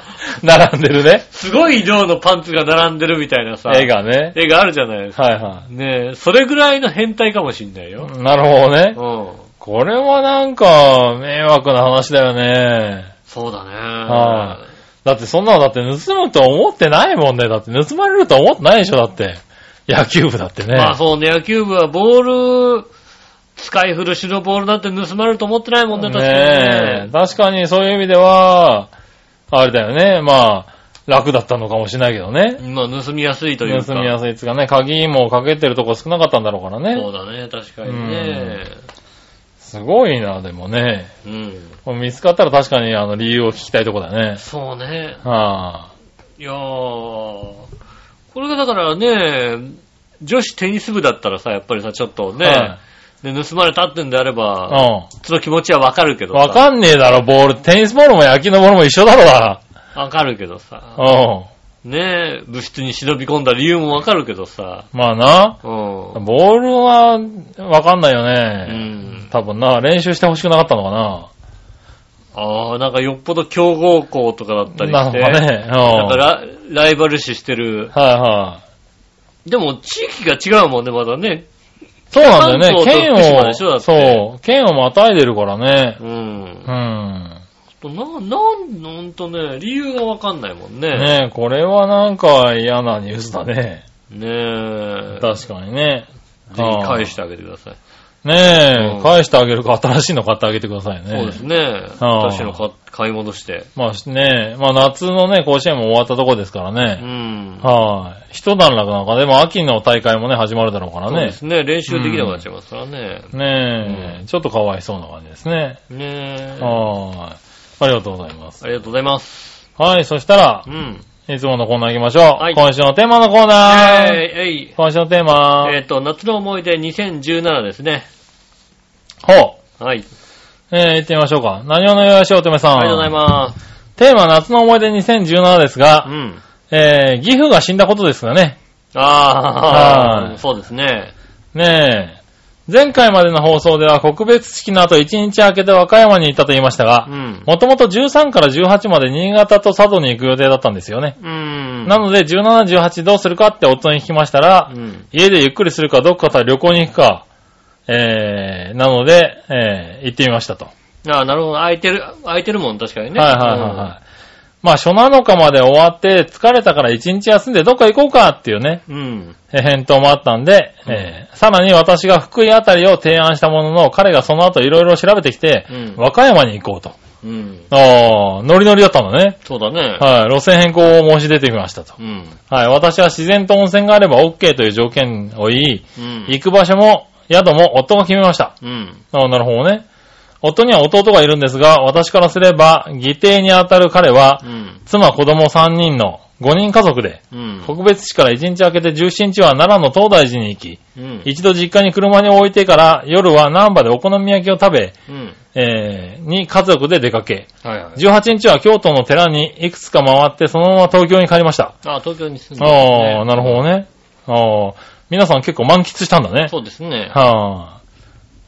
並んでるね。すごい量のパンツが並んでるみたいなさ、絵。がね。絵があるじゃないですか。はいはねえ、それぐらいの変態かもしんないよ。い。なるほどね。うん。これはなんか、迷惑な話だよね。そうだね。はいだってそんなのだって盗むと思ってないもんね。だって盗まれると思ってないでしょ、だって。野球部だってね。まあそうね、野球部はボール、使い古しのボールなんて盗まれると思ってないもんね、確かにねえね。確かにそういう意味では、あれだよね。まあ、楽だったのかもしれないけどね。まあ盗みやすいというか。盗みやすいっつうかね、鍵もかけてるとこ少なかったんだろうからそうだね、ね。確かにね。すごいな、でもね。うん。これ見つかったら確かにあの理由を聞きたいとこだね。そうね。はいやー、これがだからね、女子テニス部だったらさ、やっぱりさ、ちょっとあ。ね、ね盗まれたってんであれば、はその気持ちはわかるけい。うどん。さ。わかんねえだろ、ボール。テニスボールも野球のボールも一緒だろだ。わかるけどさ。うねえ、部室に忍び込んだ理由もわかるけどさ。ん。まあな。うん。うボールは、わかんないよね。ん。多分な、練習してほしくなかったのかな。ああ、なんかよっぽど強豪校とかだったりなしんて。かね。うん。なんかラライバル視してる。はいはい。でも地域が違うもんね、まだね。そうなんだよね。関東県と福島でしょだを、ってそう。県をまたいでるからねう。んう。ん。な、なん、ほんとね、理由がわかんないもんね。ねえ、これはなんか嫌なニュースだね。ねえ。確かにね。ぜひ返してあげてください。ねえ、うん返してあげるか新しいの買ってあげてくださいね。そうですね。ああ私の買買い戻して。まあねえ、まあ夏のね、甲子園も終わったとこですからうね。ん。はい。一段落なんか、でも秋の大会もね、始まるだろうからそうでね。すね。練習できなくなっちゃいますからね。ねえ、ちょっとかわいそうな感じですね。ねえ。はい。ありがとうございます。ありがとうございます。はい、そしたらう、ん。いつものコーナー行きましょう。はい今週のテーマのコーナー。えい、えい。今週のテーマえっと、夏の思い出2017ですね。ほう。はい。えー、行ってみましょうか。何をのよしおとめさあん。りがとうございます。す。テーマ、夏の思い出2017ですが、うん。えー、岐阜が死んだことですがね。あはあ、いそうですね。ねえ。前回までの放送では告別式の後1日明けて和歌山に行ったと言いましたがう、ん。もともと13から18まで新潟と佐渡に行く予定だったんですよね。うん。なので17、18どうするかって夫に聞きましたら、うん。家でゆっくりするかどっかから旅行に行くか、えー、なので、えー、行ってみましたと。ああ、なるほど。空いてる、空いてるもん、確かにね。はいはいはいはい。まあ初7日まで終わって疲れたから1日休んでどっか行こうかっていうね。い。うん。えー返答もあったんで、うんえーさらに私が福井あたりを提案したものの、彼がその後いろいろ調べてきて、うん和歌山に行こうと。うん。ああ、ノリノリだったのね。そうだね。はい、路線変更を申し出てきましたと。うん。はい、私は自然と温泉があれば OK という条件を言い、うん。行く場所も宿も夫が決めました。うん。ああ、なるほどね。夫には弟がいるんですが、私からすれば、義弟に当たる彼はう、ん。妻、子供3人の5人家族で、うん。特別市から1日明けて17日は奈良の東大寺に行き、うん。一度実家に車に置いてから夜は南波でお好み焼きを食べ、うん。えー、に家族で出かけ、はいはい。 18日は京都の寺にいくつか回ってそのまま東京に帰りました。あ、東京に住んでるんですねああ、なるほどね。ああ、皆さん結構満喫したんだね。そうですね。はあ。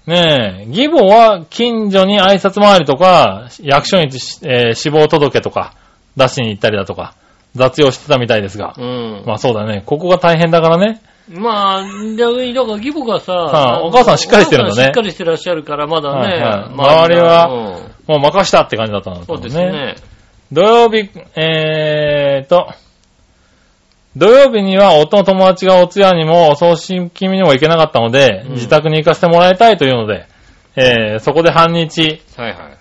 ねえ、義母は近所に挨拶回りとか、役所に、えー死亡届とか出しに行ったりだとか、雑用してたみたいですが。うん。まあそうだね。ここが大変だからね。まあ、逆に、だから、義母がさ、はあいのお母さんしっかりしてるんだねお母さしっかりしてらっしゃるから、まだね、はいはい周りが周うんもう任したって感じだったんだとそう思ですね。土曜日、えーと、土曜日には夫の友達がお通夜にもお葬式にも行けなかったので、うん自宅に行かせてもらいたいというので、えーそこで半日、はいはい。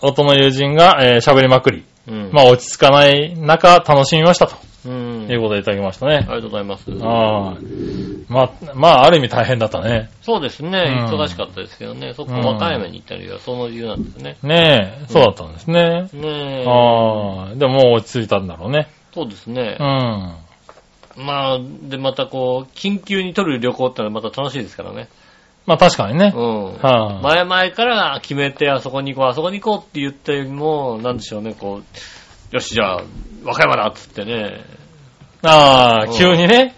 夫の友人がえー喋、りまくり、うん。まあ落ち着かない中楽しみましたとうん。あいうりことでいただきましたね。がとうございます。あーまあ、まあある意味大変だったね。そうですね。うん忙しかったですけどね。そこ、和歌山に行った理由はその理由なんですね。ねえ、そうだったんですね。ねえ。ああ、でももう落ち着いたんだろうね。そうですねう。ん。まあ、で、またこう、緊急に取る旅行ってのはまた楽しいですからね。まあ確かにね。うん。はい前々から決めて、あそこに行こう、あそこに行こうって言っても、なんでしょうね、こう、よし、じゃあ、和歌山だっつってね。ああ、うん急にね、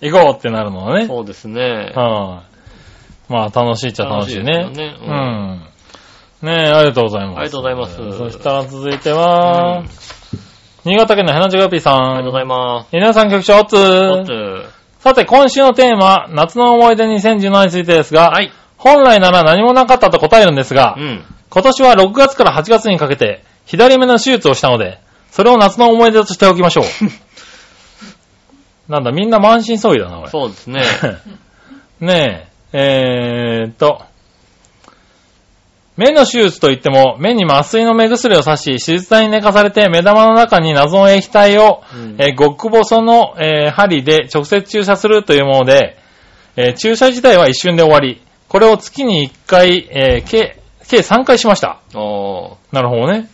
行こうってなるのはね。そうですね。はい。まあ、楽しいっちゃ楽しいね楽しい。ですよねう。うんねえ、ありがとうございます。ありがとうございますそしたら続いてうんは、あり新潟県のヘナジガピーさがとうごん。ざいます。皆さん局長、おつおっーとさて、今週のテーマ、夏の思い出2017についてですが、はい。本来なら何もなかったと答えるんですがう、ん。今年は6月から8月にかけて、左目の手術をしたので、それを夏の思い出としておきましょう。なんだ、みんな満身創痍だな、これ。そうですね。 ねえ、えーっと、目の手術といっても、目に麻酔の目薬を刺し、手術台に寝かされて、目玉の中に謎の液体を、うん えー極細の、えー針で直接注射するというもので、えー注射自体は一瞬で終わり、これを月に1回、えー計、計3回しました。おーなるほどね。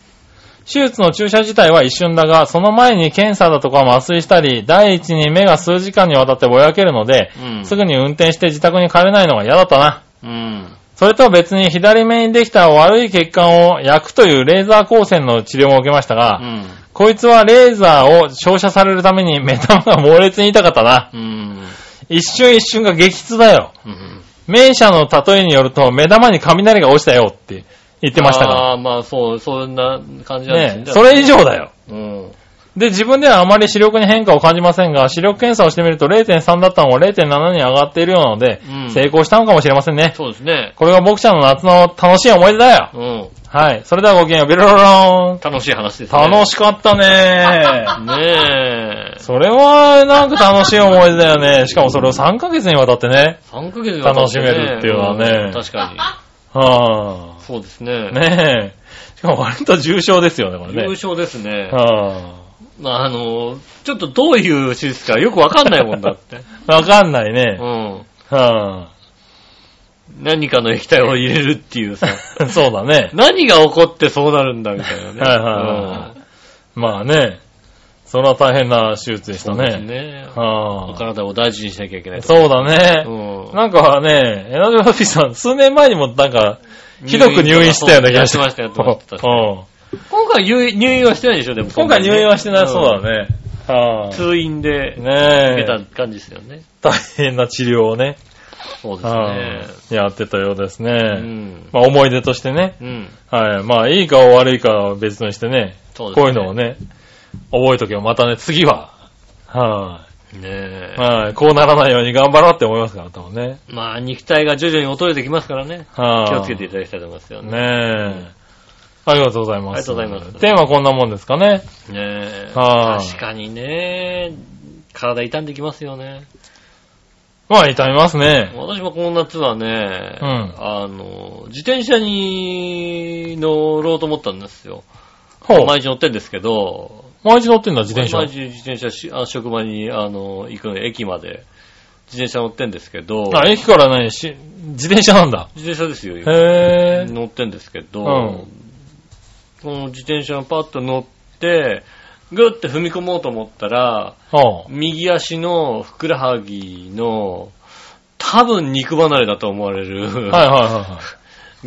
手術の注射自体は一瞬だが、その前に検査だとか麻酔したり、第一に目が数時間にわたってぼやけるので、うんすぐに運転して自宅に帰れないのが嫌だったな。うん。それとは別に左目にできた悪い血管を焼くというレーザー光線の治療を受けましたが、うん。こいつはレーザーを照射されるために目玉が猛烈に痛かったな。うん。一瞬一瞬が激痛だよ。うん。名者の例えによると、目玉に雷が落ちたよって言ってましたが。ああ、まあそう、そんな感じなんですねえそれ以上だよ。うん。で、自分ではあまり視力に変化を感じませんが、視力検査をしてみると0.3だったのが0.7に上がっているようなので、うん成功したのかもしれませんね。そうですね。これが僕ちゃんの夏の楽しい思い出だよ。うん。はい。それではごきげんよう。ビロロローン。楽しい話ですね。 楽しかったねねえ。それは、なんか楽しい思い出だよね。し かもそれを3ヶ月にわたってね。 3ヶ月にわたってね楽しめるっていうのはねん確かに。はそうですね。あ、ねえ。しかも割と重症ですよね、これ優ね。勝ですね。はまあ、あの、ちょっとどういう手術かよくわかんないもんだって。あ、わかんないうね。ん。は何かの液体を入れるっていうさ。あ、 そうだね。何が起こってそうなるんだみたいなね。はいはいはいまあね。それは大変な手術でしたうんそうですね。ね。おはあ、体を大事にしなきゃいけない。そうだね。うんなんかね、エナジョラピーさん、数年前にもなんか、ひどく入院したような気がして。やってましたやってました確かうん 今回入院入院はしてないでしょ、でも。今回入院はしてないそうだね。ね。はうんい。通院で受ねけたえ。感じですよね。大変な治療をね、そうですはねい。やってたようですうね。ん。まあ思い出としてね。うん。はい。まあいいか悪いかは別にしてね。そうですね。こういうのを。ね、覚えとけばまたね、次は。はねえい。。はい。こうならないように頑張ろうって思いますから、多分ね。まあ、肉体が徐々に衰えてきますからね。はい。気をつけていただきたいと思いますよね。ねえ。ありがとうございます。ありがとうございますテーマはこんなもんですかね。ねえ。はい確かにね、体傷んできますよね。まあ、痛みますね。私もこの夏はね、うんあの、自転車に乗ろうと思ったんですよ。ほう。毎日乗ってんですけど、毎日乗ってんだ、自転車。毎日自転車しあ職場に、あの、行くので駅まで自転車乗ってんですけど、あ、駅から何し、自転車なんだ。自転車ですよ、今へぇー。乗ってんですけど、うんこの自転車のパッと乗って、ぐって踏み込もうと思ったら、はあ、右足のふくらはぎの、多分肉離れだと思われる、はいはい はいは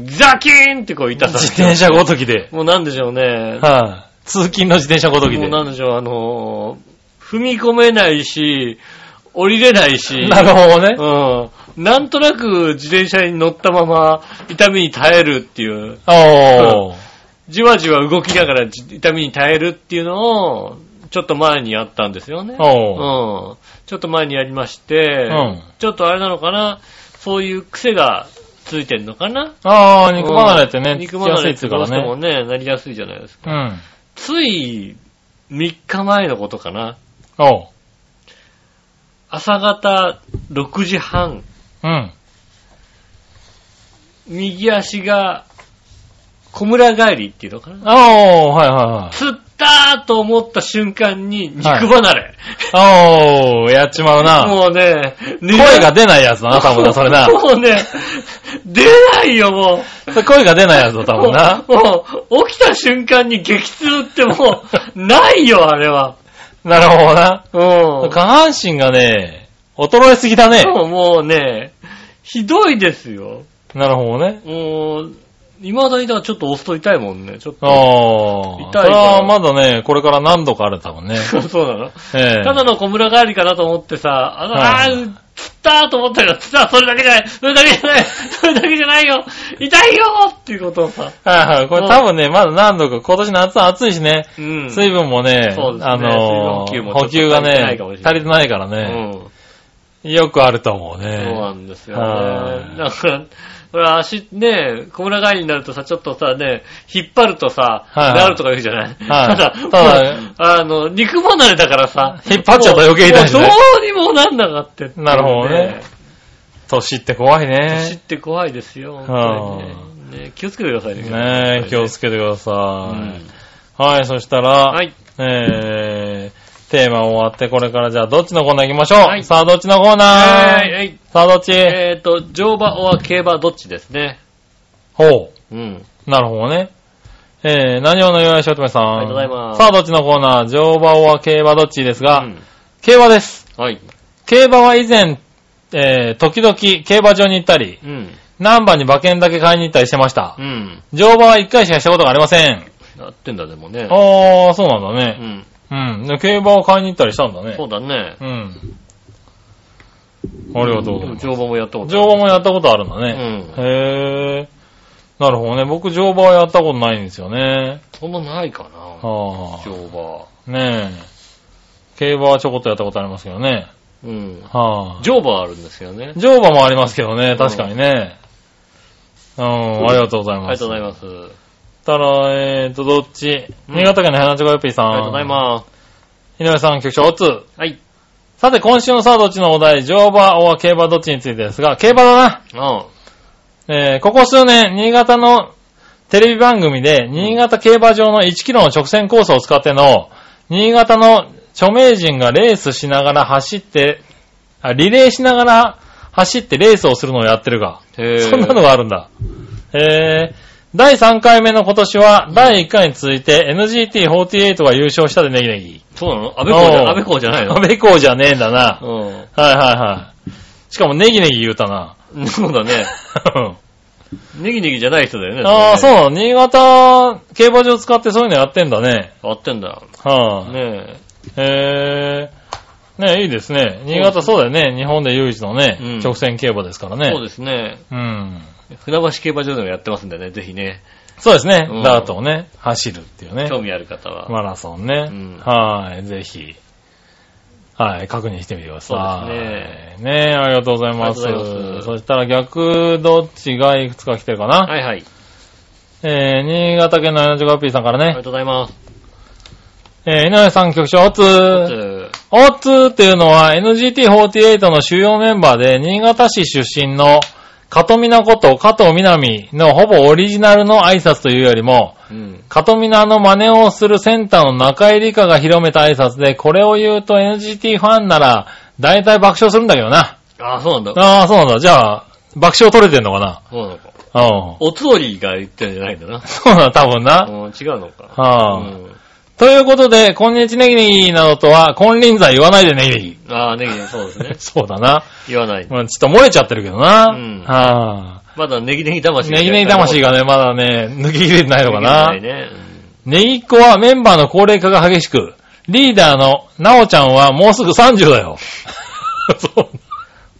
い。ザキーンってこう痛さ。自転車ごときで。もうなんでしょうね。はい、通勤の自転車ごときもで。うなんでしょう、あのー踏み込めないし、降りれないし、なるほどね。うん。なんとなく自転車に乗ったまま痛みに耐えるっていう、おー。じわじわ動きながらじ痛みに耐えるっていうのを、ちょっと前にやったんですよね。うん。おー。ちょっと前にやりまして、うんちょっとあれなのかな、そういう癖がついてんのかな。あー、肉離れってね、肉つきや離すいれっってて言どううしてからもね。ね、なりやすいじゃないですか。うん。つい3日前のことかな。おー。朝方6時半、うん。右足が小村帰りっていうのかな。おー、はいは釣ったーと思った瞬間に肉離れ。いはい。おー、やっちまうな。もうね、声が出ないやつだな、多分な、そ れな。もうね、出ないよ、もう。声が出ないやつだ、多分な。もう、もう起きた瞬間に激痛ってもう、ない よ、あれは。なるほどな。うん。下半身がね、衰えすぎだね。もうもうね、ひどいですよ。なるほどね。もう、未だにだからちょっと押すと痛いもんね、ちょっと。ああ。痛いからそれはまだね、これから何度かある多 分ね。そうなのええただの小村帰りかなと思ってさ、あの、はあいー、釣ったと思ったら、釣った それだけじゃないそれだけじゃない それだけじゃないよ痛いよっていうことをさ。はいはい。これ多分ね、まだ何度か、今年の夏は暑いしね。うん。水分もね、そうですねあ水の分補給も補給がね、ちょっと足りてないかも足しれないりてないからうね、ん。よくあると思うそうなね。んですよはいね。だから、これ足、ね、小村帰りになるとさ、ちょっとさ、ね、引っ張るとさ、はいはいなるとか言うじゃないはいただ、もうただあの、肉離れだからさ、引っ張っちゃうと余計痛いしねもうどうにもなんなかってっていうなるほどね。年って怖い年っね。て怖いですよ、本当にね。ね気をつけてくださいね。ねえ、気をつけけてください。うんはい、そしたら、はい。えー、テーマ終わって、これからじゃあ、どっちのコーナー行きましょう、はいさあ、どっちのコーナー、はいはい。さあ、どっち、えっと、乗馬は競馬どっちですね。ほうん。う。なるほどね。えー、何をのよやしおとめさん。ありがとうございますさあ、どっちのコーナー乗馬は競馬どっちですが、うん競馬です。はい。競馬は以前、えー、時々競馬場に行ったり、うん。南波に馬券だけ買いに行ったりしてましたう。ん。乗馬は一回しかしたことがありません。やってんだ、でもね。あー、そうなんだうね。ん。うん。で競馬を買いに行ったりしたんだねそ。うだね。うん。ありがとうございますでも乗馬もやったこと乗馬もやったことあるんだうね。ん。へー。なるほどね。僕、乗馬はやったことないんですよね。そんなないかな。は乗馬。あ。ねえ。競馬はちょこっとやったことありますけどね。うん。はあ。乗馬はあるんですよね。乗馬もありますけどね、確かにね。うん、ありがとうございあります。がとうございす。ます。ありたら、えーと、どっちうん新潟県の花ちごよっぴーさん。がとうございます。井上さん、局長、おつ。はい。さて、今週のさあどっちのお題、乗馬、おは競馬どっちについてですが、競馬だな。うん。えーここ数年、新潟のテレビ番組で、新潟競馬場の1キロの直線コースを使っての、新潟の著名人がレースしながら走って、あリレーしながら走ってレースをするのをやってるが、へそんなのがあるんだ。えー、第3回目の今年は、第1回に続いて NGT48 が優勝したでネギネギ。そうなの安倍公じおうゃ、安倍公じゃないの安倍公じゃねえんだな。うはいはいはい。しかもネギネギ言うたな。ん。 そうだね。ネギネギじゃない人だよね。ああ、そうう。なの。新潟競馬場使ってそういうのやってんだね。合ってんだ。はい、ねへえ。ねいいですね。新潟そうだよね。日本で唯一のね、うん直線競馬ですからえ。ね。そうですね。うん。船橋競馬場でもやってますんでね、ぜひね、そうですね。うんダートをね、走るっていうね。興味ある方は。マラソンね。うんはい、ぜひ。はい、確認してみてください。そうねでえ、ありがとうございます。ありがとうございますそしたら逆、どっちがいくつか来てるかな、はいはい。えー、新潟県の 75P さんかありらがね、とうございます。えー、井上さん局長、おつー。おつーっていうのは NGT48 の主要メンバーで、新潟市出身の加藤美奈子と加藤みなみのほぼオリジナルの挨拶というよりも、うん。カトミナの真似をするセンターの中井理香が広めた挨拶で、これを言うと NGT ファンなら、大体爆笑するんだけどな。ああ、そうなんだ。ああ、そうなんだ。じゃあ、爆笑取れてんのかなそうなのか。うん。おつおりが言ってるんじゃないんだな。そうなんだ、多分な。うん、違うのか。はあうんということで、こんにちネギネギなどとは、金輪際言わないでネギネ ギ。。ああ、ネギネギ、そうですねそうだな。言わない。まあ、ちょっと漏れちゃってるけどな。うんはあ。まだネギネギ魂。ネギネギ魂がね、まだね、抜き切れてないのかな。ネギネギないね。ネギっ子はメンバーの高齢化が激しく、リーダーのなおちゃんはもうすぐ30だよ。 そううん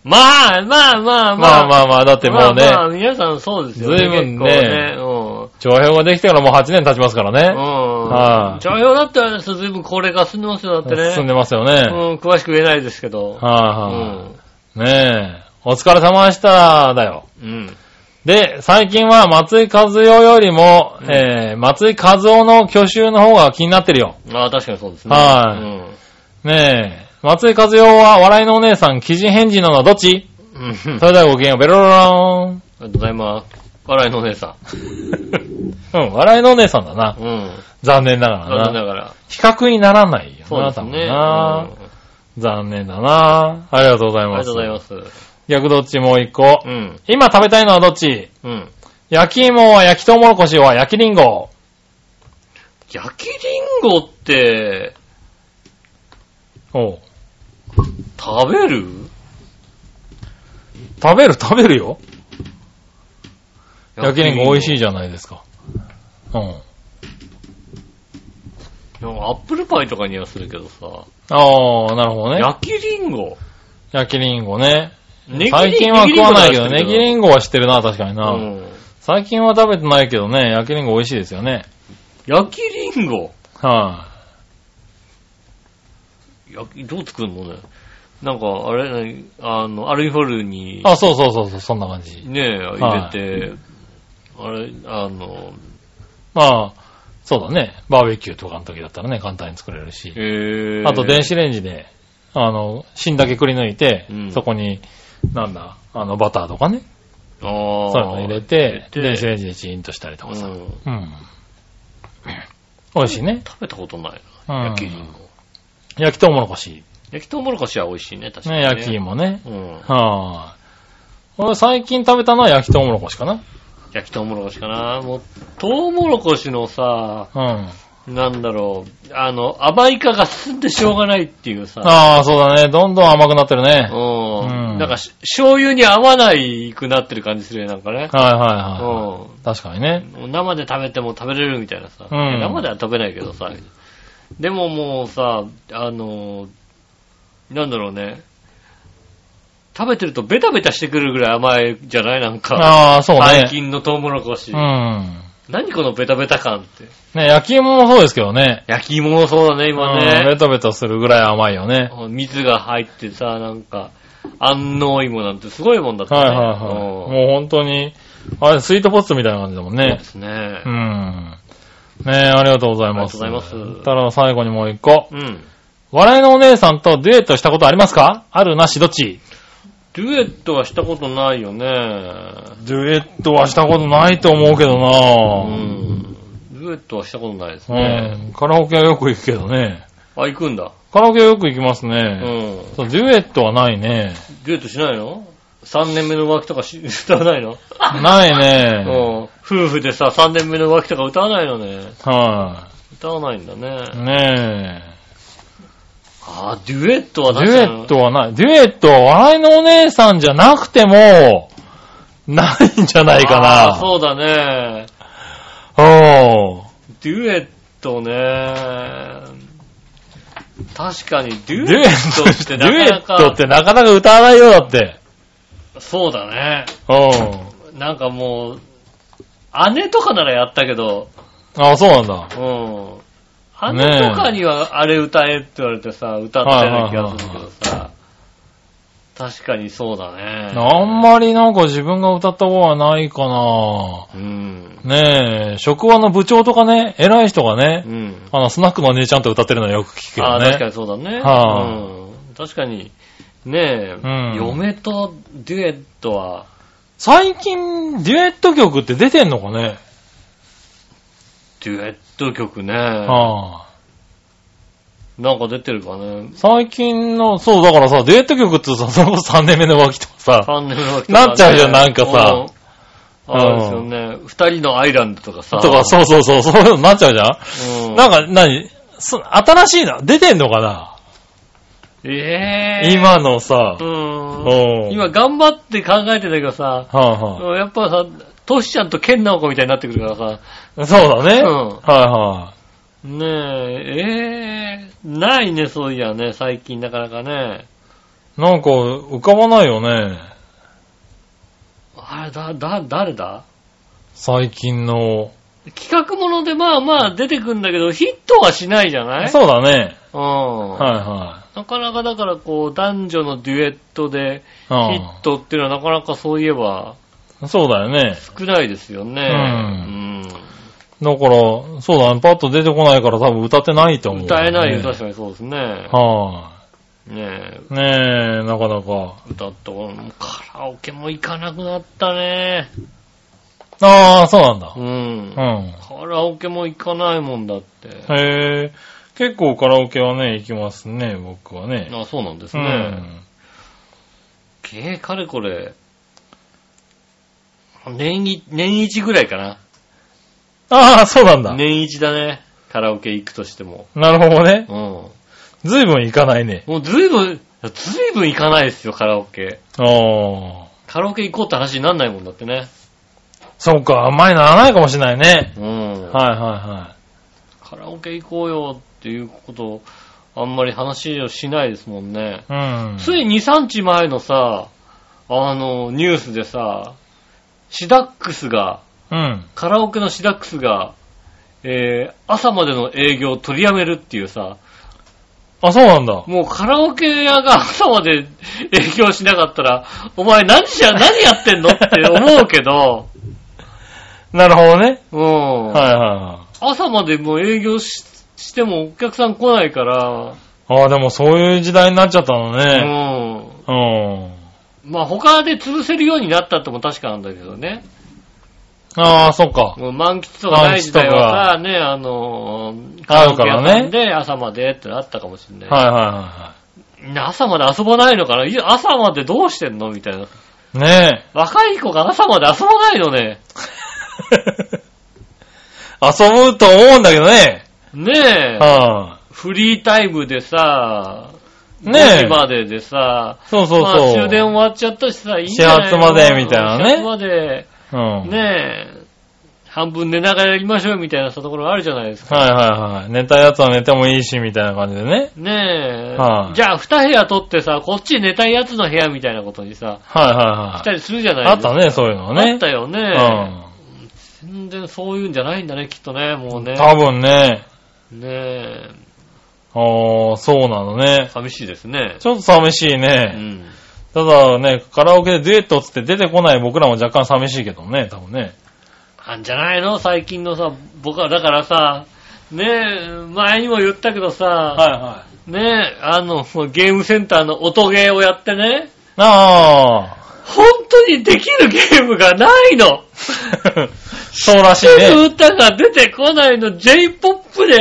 まあ、まあまあままあ。あまあまあ、だってもうね、まあまあ、皆さんそうですよね。随結分ね構ね。うん。長編ができてからもう8年経ちますからうんね。。はい長編だってあれですよ随分高齢化進んでますよ、だってね。進んでますよね。うん、詳しく言えないですけど。うはん。いはい。ねえ、お疲れ様でした、だよ。うん。で、最近は松井和夫よりも、うんえー、松井和夫の去就の方が気になってるよ。まあ確かにそうですね。はいねえ、松井和夫は笑いのお姉さん、記事変人なのはどっちうん。うん。ありそれではごきげんよう、ベロロロ ーン。がとうございます。笑いのお姉さうん、笑いのお姉さんだな。ん。うん。残念なが残ら念な。ながら。比較にならないよそうな、です多分ね。うんな。あ残念だな。ありがとうございりまがす。。とうございますす。逆どっちもう一個う。ん。今食べたいのはどっちうん。焼き芋は焼きとうもろこしは焼きりんご。焼きリンゴって、おう食べる食べる食べるよ。焼きりんご美味しいじゃないですか。うん。なんかアップルパイとかにはするけどさ。ああ、なるほどね。焼きリンゴ焼きりんごね。ネギリン最近は食わないけど、ネネギギリりんごは知ってるな、確かにな。うん最近は食べてないけどね、焼きりんご美味しいですよね。焼きリンゴは焼き、どう作るのね。なんか、あれ、何あの、アルミホイルにい、、あ、そうそうそうそう、そんな感じ。ねえ、入れて、あれ、あの、まあ、そうだね。バーベキューとかの時だったらね、簡単に作れるし。えー、あと、電子レンジで、あの、芯だけくり抜いて、うんそこに、なんだ、あの、バターとかね、あそーういうの入れて、入れ電て子レンジでチーンとしたりとうかさ。んうん。美味しいね。食べたことないうんな。焼きリンゴ。焼きとうもろこし。焼きとうもろこしは美味しいね、確かに、ね、ね。焼き芋ね。うん。はぁ。俺最近食べたのは焼きとうもろこしかな。焼きとうもろこしかな。もう、とうもろこしのさ、うん。なんだろう、あの、甘い化が進んでしょうがないっていうさ。ああ、そうだね。どんどん甘くなってるね。ううんん。なんかし、醤油に合わないくなってる感じするよね、なんかね。はいはいうん。はい。確かにね。生で食べても食べれるみたいなさ。うん生では食べないけどさ。でももうさ、あの、なんだろうね。食べてるとベタベタしてくるぐらい甘いじゃないなんか。ああ、そうね。最近のトウモロコシ。うん。何このベタベタ感って。ね、焼き芋もそうですけどね。焼き芋もそうだね、今うんベね。タベタするぐらい甘いよね。蜜が入ってさ、なんか、安納芋なんてすごいもんだったはいね。はいはい。うんもう本当に、あれ、スイートポッツみたいな感じだもそんうねで。すねう。ん。ねえ、ありがとうございます。ありがとうございますただ最後にもう一個。うん。え笑いのお姉さんとデュエットしたことありますかあるなしどっちデュエットはしたことないよね。デュエットはしたことないと思うけどうなぁ。ん。デュエットはしたことないですうね。ん。カラオケはよく行くけどね。あ、行くんだ。カラオケはよく行きますうね。ん。そうデュエットはないね。デュエットしないの ?3 年目の浮気とかし 歌わないのないね。 うん。夫婦でさ、3年目の浮気とか歌わないのね。は歌わないんだい、ね。ねえ。あ、デュエットはデ確ュかエにットはない。デュエットは笑いのお姉さんじゃなくても、ないんじゃないかあーな。そうだね。おデュエットね。確かにデデュュエエッットトってなかなか。デュエットってなかなか歌わないよ、だって。そうだね。うん。なんかもう、姉とかならやったけど、あ、そうなんだ。うん。ねえ姉とかにはあれ歌えって言われてさ、歌ってる気がするけどさ、確かにそうだね。あんまりなんか自分が歌った方はないかなうん。ねえ、職場の部長とかね、偉い人がねう、ん。あの、スナックの姉ちゃんと歌ってるのよく聞くあよあ、確かね。にそうだね。はあうん。確かに、ねえ、うん嫁とデュエットは、最近、デュエット曲って出てんのかねデュエット曲ね、ああなんか出てるかね。最近の、そう、だからさ、デュエット曲ってさ、 それこそ3年目の浮気とかさ、 3年の時となっちゃうじゃんなんかさ。うんあれですよね。二人のアイランドとかさ。とか、そうそうそう、そういうのになっちゃうじゃんうん。なんか、何そ新しいな、出てんのかなええ今のさ、う。うんん今頑張って考えてたけどさ、はいはやっぱさ、トシちゃんとケンナオコみたいになってくるからさ、い。そうだね。うんはねえ、ええないね、そういやね、最近なかなかね。いはい。なんか、浮かばないよね。あれ、だ、だ、誰だ最近の。企画ものでまあまあ出てくんだけど、ヒットはしないじゃないそうだね。う。ん。はなかなかだからこう、男女のデュエットでヒいはい。ットっていうのはなかなかそういえばうん。そうだよね。少ないですよね。うんうんだから、そうだね。パッと出てこないから多分歌ってないと思う、歌えないよ、確かかにそうですね。はねえ、い、ねえ、なかなか。歌ったもうカラオケも行かなくなったね。ああ、そうなんだう。ん。うカラオケも行かないもんだって。ん。へえ。結構カラオケはね、行きますね、僕はね。あ、そうなんですうね。ん。えーかれこれ、年一、年一ぐらいかな。ああ、そうなんだ。年一だね。カラオケ行くとしても。なるほどねう。ん。随分行かないね。もうずいぶん、ずいぶん行かないですよ、カラオケ。ああ。カラオケ行こうって話になんないもんだってね。そうか、あんまりならないかもしれないね。うん。はいはカラオケ行こうよっていうことを、あんまり話をしないですもんね。いはい。うん。つい2、3日前のさ、あの、ニュースでさ、シダックスが、うん。カラオケのシダックスが、えー、朝までの営業を取りやめるっていうさ、あ、そうなんだ。もうカラオケ屋が朝まで 営業しなかったら、お前何じゃ、何やってんのって思うけど、なるほどね。うん。はいは朝までもう営業ししてもお客さん来ないから、いはい。ああ、でもそういう時代になっちゃったのうね。ん。うん。まあ他で潰せるようになったとも確かなんだけどね。ああ、そっか。もう満喫とかない時代はさ、ね、あのー、あるからねカラオケ屋さんで朝までってなったかもしれない。はいはみんな朝まで遊ばないのかないや朝までどうしてんのみたいな。いはい。 ね若い子が朝まで遊ばないのね。え。遊ぶと思うんだけどね。ねえ。はフリータイムでさ、ねえ5時まででさ、い。そうそうまあそう。終電終わっちゃったしさ、いいんじゃないの始発までみたいなね始発まで、うん。ねえ、半分寝ながらやりましょうみたいなさところあるじゃないですか。はいはいはい。寝たやつは寝てもいいし、みたいな感じでね。ねえ、はいじゃあ二部屋取ってさ、こっち寝たいやつの部屋みたいなことにさ、はいしはたりするじゃないいはい。あったね。ね、そういうのあねった。ようね。ん。全然そういうんじゃないんだね、きっとね、もうね。多分ね。ねえ、ああ、そうなのね。寂しいですね。ちょっと寂しいうね。ん。ただね、カラオケでデュエットっつって出てこない僕らも若干寂しいけどね、多分ね。あんじゃないの最近のさ、僕はだからさ、ねえ、前にも言ったけどさ、はねえ、あの、ゲームセンターの音ゲーをやってね、ああ。本当にできるゲームがないの。 そうらしいすぐね。歌が出てこないの、J-POP で、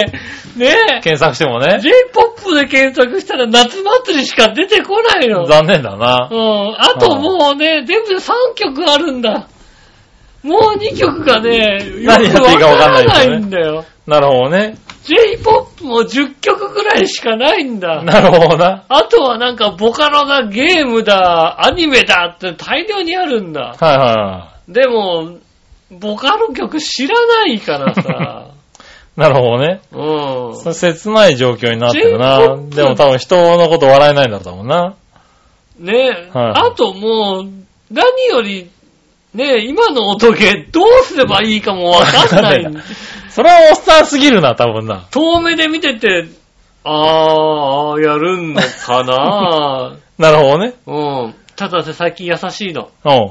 ねえ、検索してもね。 J-POP で検索したら夏祭りしか出てこないの。残念だなう。ん。あともうね、全部で3曲あるんだ。もう2曲がね、よ何やくっていわいかわかんなかいらなですよねいんだよ。なるほどね。 J-POP も10曲ぐらいしかないんだ。なるほどな。あとはなんかボカロだ、ゲームだ、アニメだって大量にあるんだ。はいはいはでも、ボカロ曲知らないから さ。い。なるほどね。うん。それ切ない状況になってるな。 J-POP でも多分人のこと笑えないんだろうもんな。ね、はいあともう、何より、ね今の音ゲーどうすればいいかもわかんな。わかんないそれはおっさんすぎるな、多分な。遠目で見てて、あーあー、やるのか ななるほどね。うん。ただで最近優しいの。うん。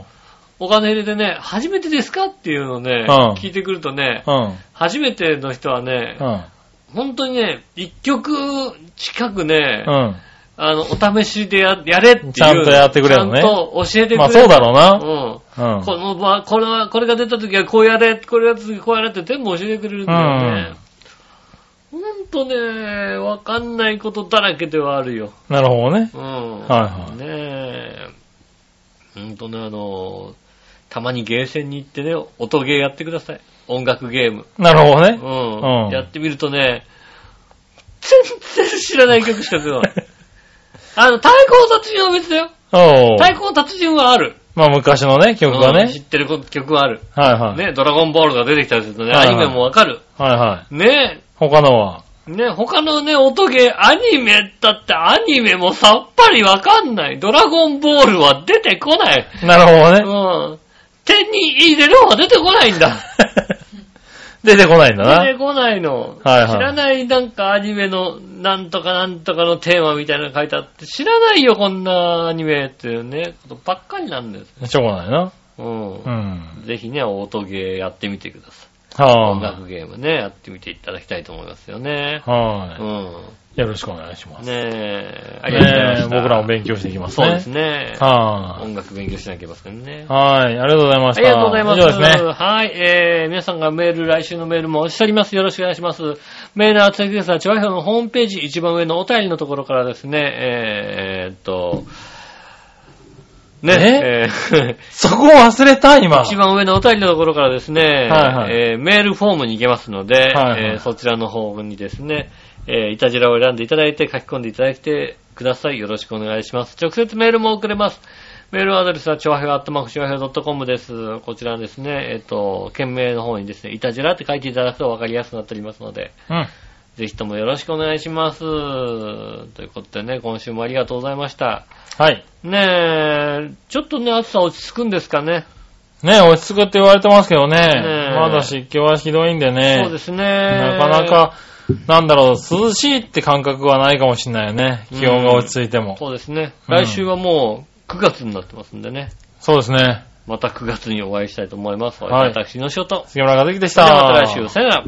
お金入れてね、初めてですかっていうのをね、うん聞いてくるとね、うん。初めての人はね、うん。本当にね、一曲近くね、うん。あの、お試しでややれっていう。ちゃんとやってくれるのねちゃんと教えてくれる。まあそうだろうな。うん。うん。この場、これは、これが出た時はこうやれ、これが出た時はこうやれって全部教えてくれるんだよね。ほんとね、わかんないことだらけではあるよ。なるほどね。うん。はいはいねえ。ほんとね、あの、たまにゲーセンに行ってね、音ゲーやってください。音楽ゲーム。なるほどね。うん。うんやってみるとね、全然知らない曲しか出 ない。あの、太鼓の達人は別だよ。おう太鼓の達人はある。まあ昔のね、曲がうんね知。ってる曲はある。はいはい。ね、ドラゴンボールが出てきたりするとね、はアいはニいメもわかる。はいはい。ね他のは。ね、他のね、音ゲー、アニメだってアニメもさっぱりわかんない。ドラゴンボールは出てこない。なうるほどね。ん。手に入れるは出てこないんだ。出てこないん だ出な。てこないの。はいはい知らないなんかアニメのなんとかなんとかのテーマみたいなの書いてあって、知らないよこんなアニメっていうね、ことばっかりなんです。しょうがないな。うんう。ん。ぜひね、音ゲーやってみてください。音は楽ゲームね、やってみていただきたいと思いますよね。い。はうん。い。よろしくお願いします。ねえ、ありがとうございまねえした。僕らも勉強していきますね。そうですね。は音楽勉強しなきゃいけませんねい。。はい。ありがとうございましありた。がとうございます。以上ですね。はい、えー、皆さんがメール、来週のメールもお待ちしております。よろしくお願いします。メールはつですが、チョアヘオのホームページ、一番上のお便りのところからですね、えー、えーっと、ね、えーそこを忘れた、今。一番上のお便りのところからですね、はいはいえーメールフォームに行けますので、はいはいえーそちらの方にですね、えーいたじらを選んでいただいて書き込んでいただいてください。よろしくお願いします。直接メールも送れます。メールアドレスは、ちょうへアットマークちょうへ .com です。こちらですね、えっ、と、件名の方にですね、いたじらって書いていただくと分かりやすくなっておりますので、うん。ぜひともよろしくお願いします。ということでね、今週もありがとうございました。はい。ねえ、ちょっとね、暑さ落ち着くんですかね。ね落ち着くって言われてますけどね。ねえまだ湿気はひどいんでね。そうですね。なかなか、なんだろう、涼しいって感覚はないかもしれないよね。気温が落ち着いても。そうですね。うん来週はもう9月になってますんでね。そうですね。また9月にお会いしたいと思います。はい私の仕事。杉村和樹でしそれた。ではまた来週。さよなら。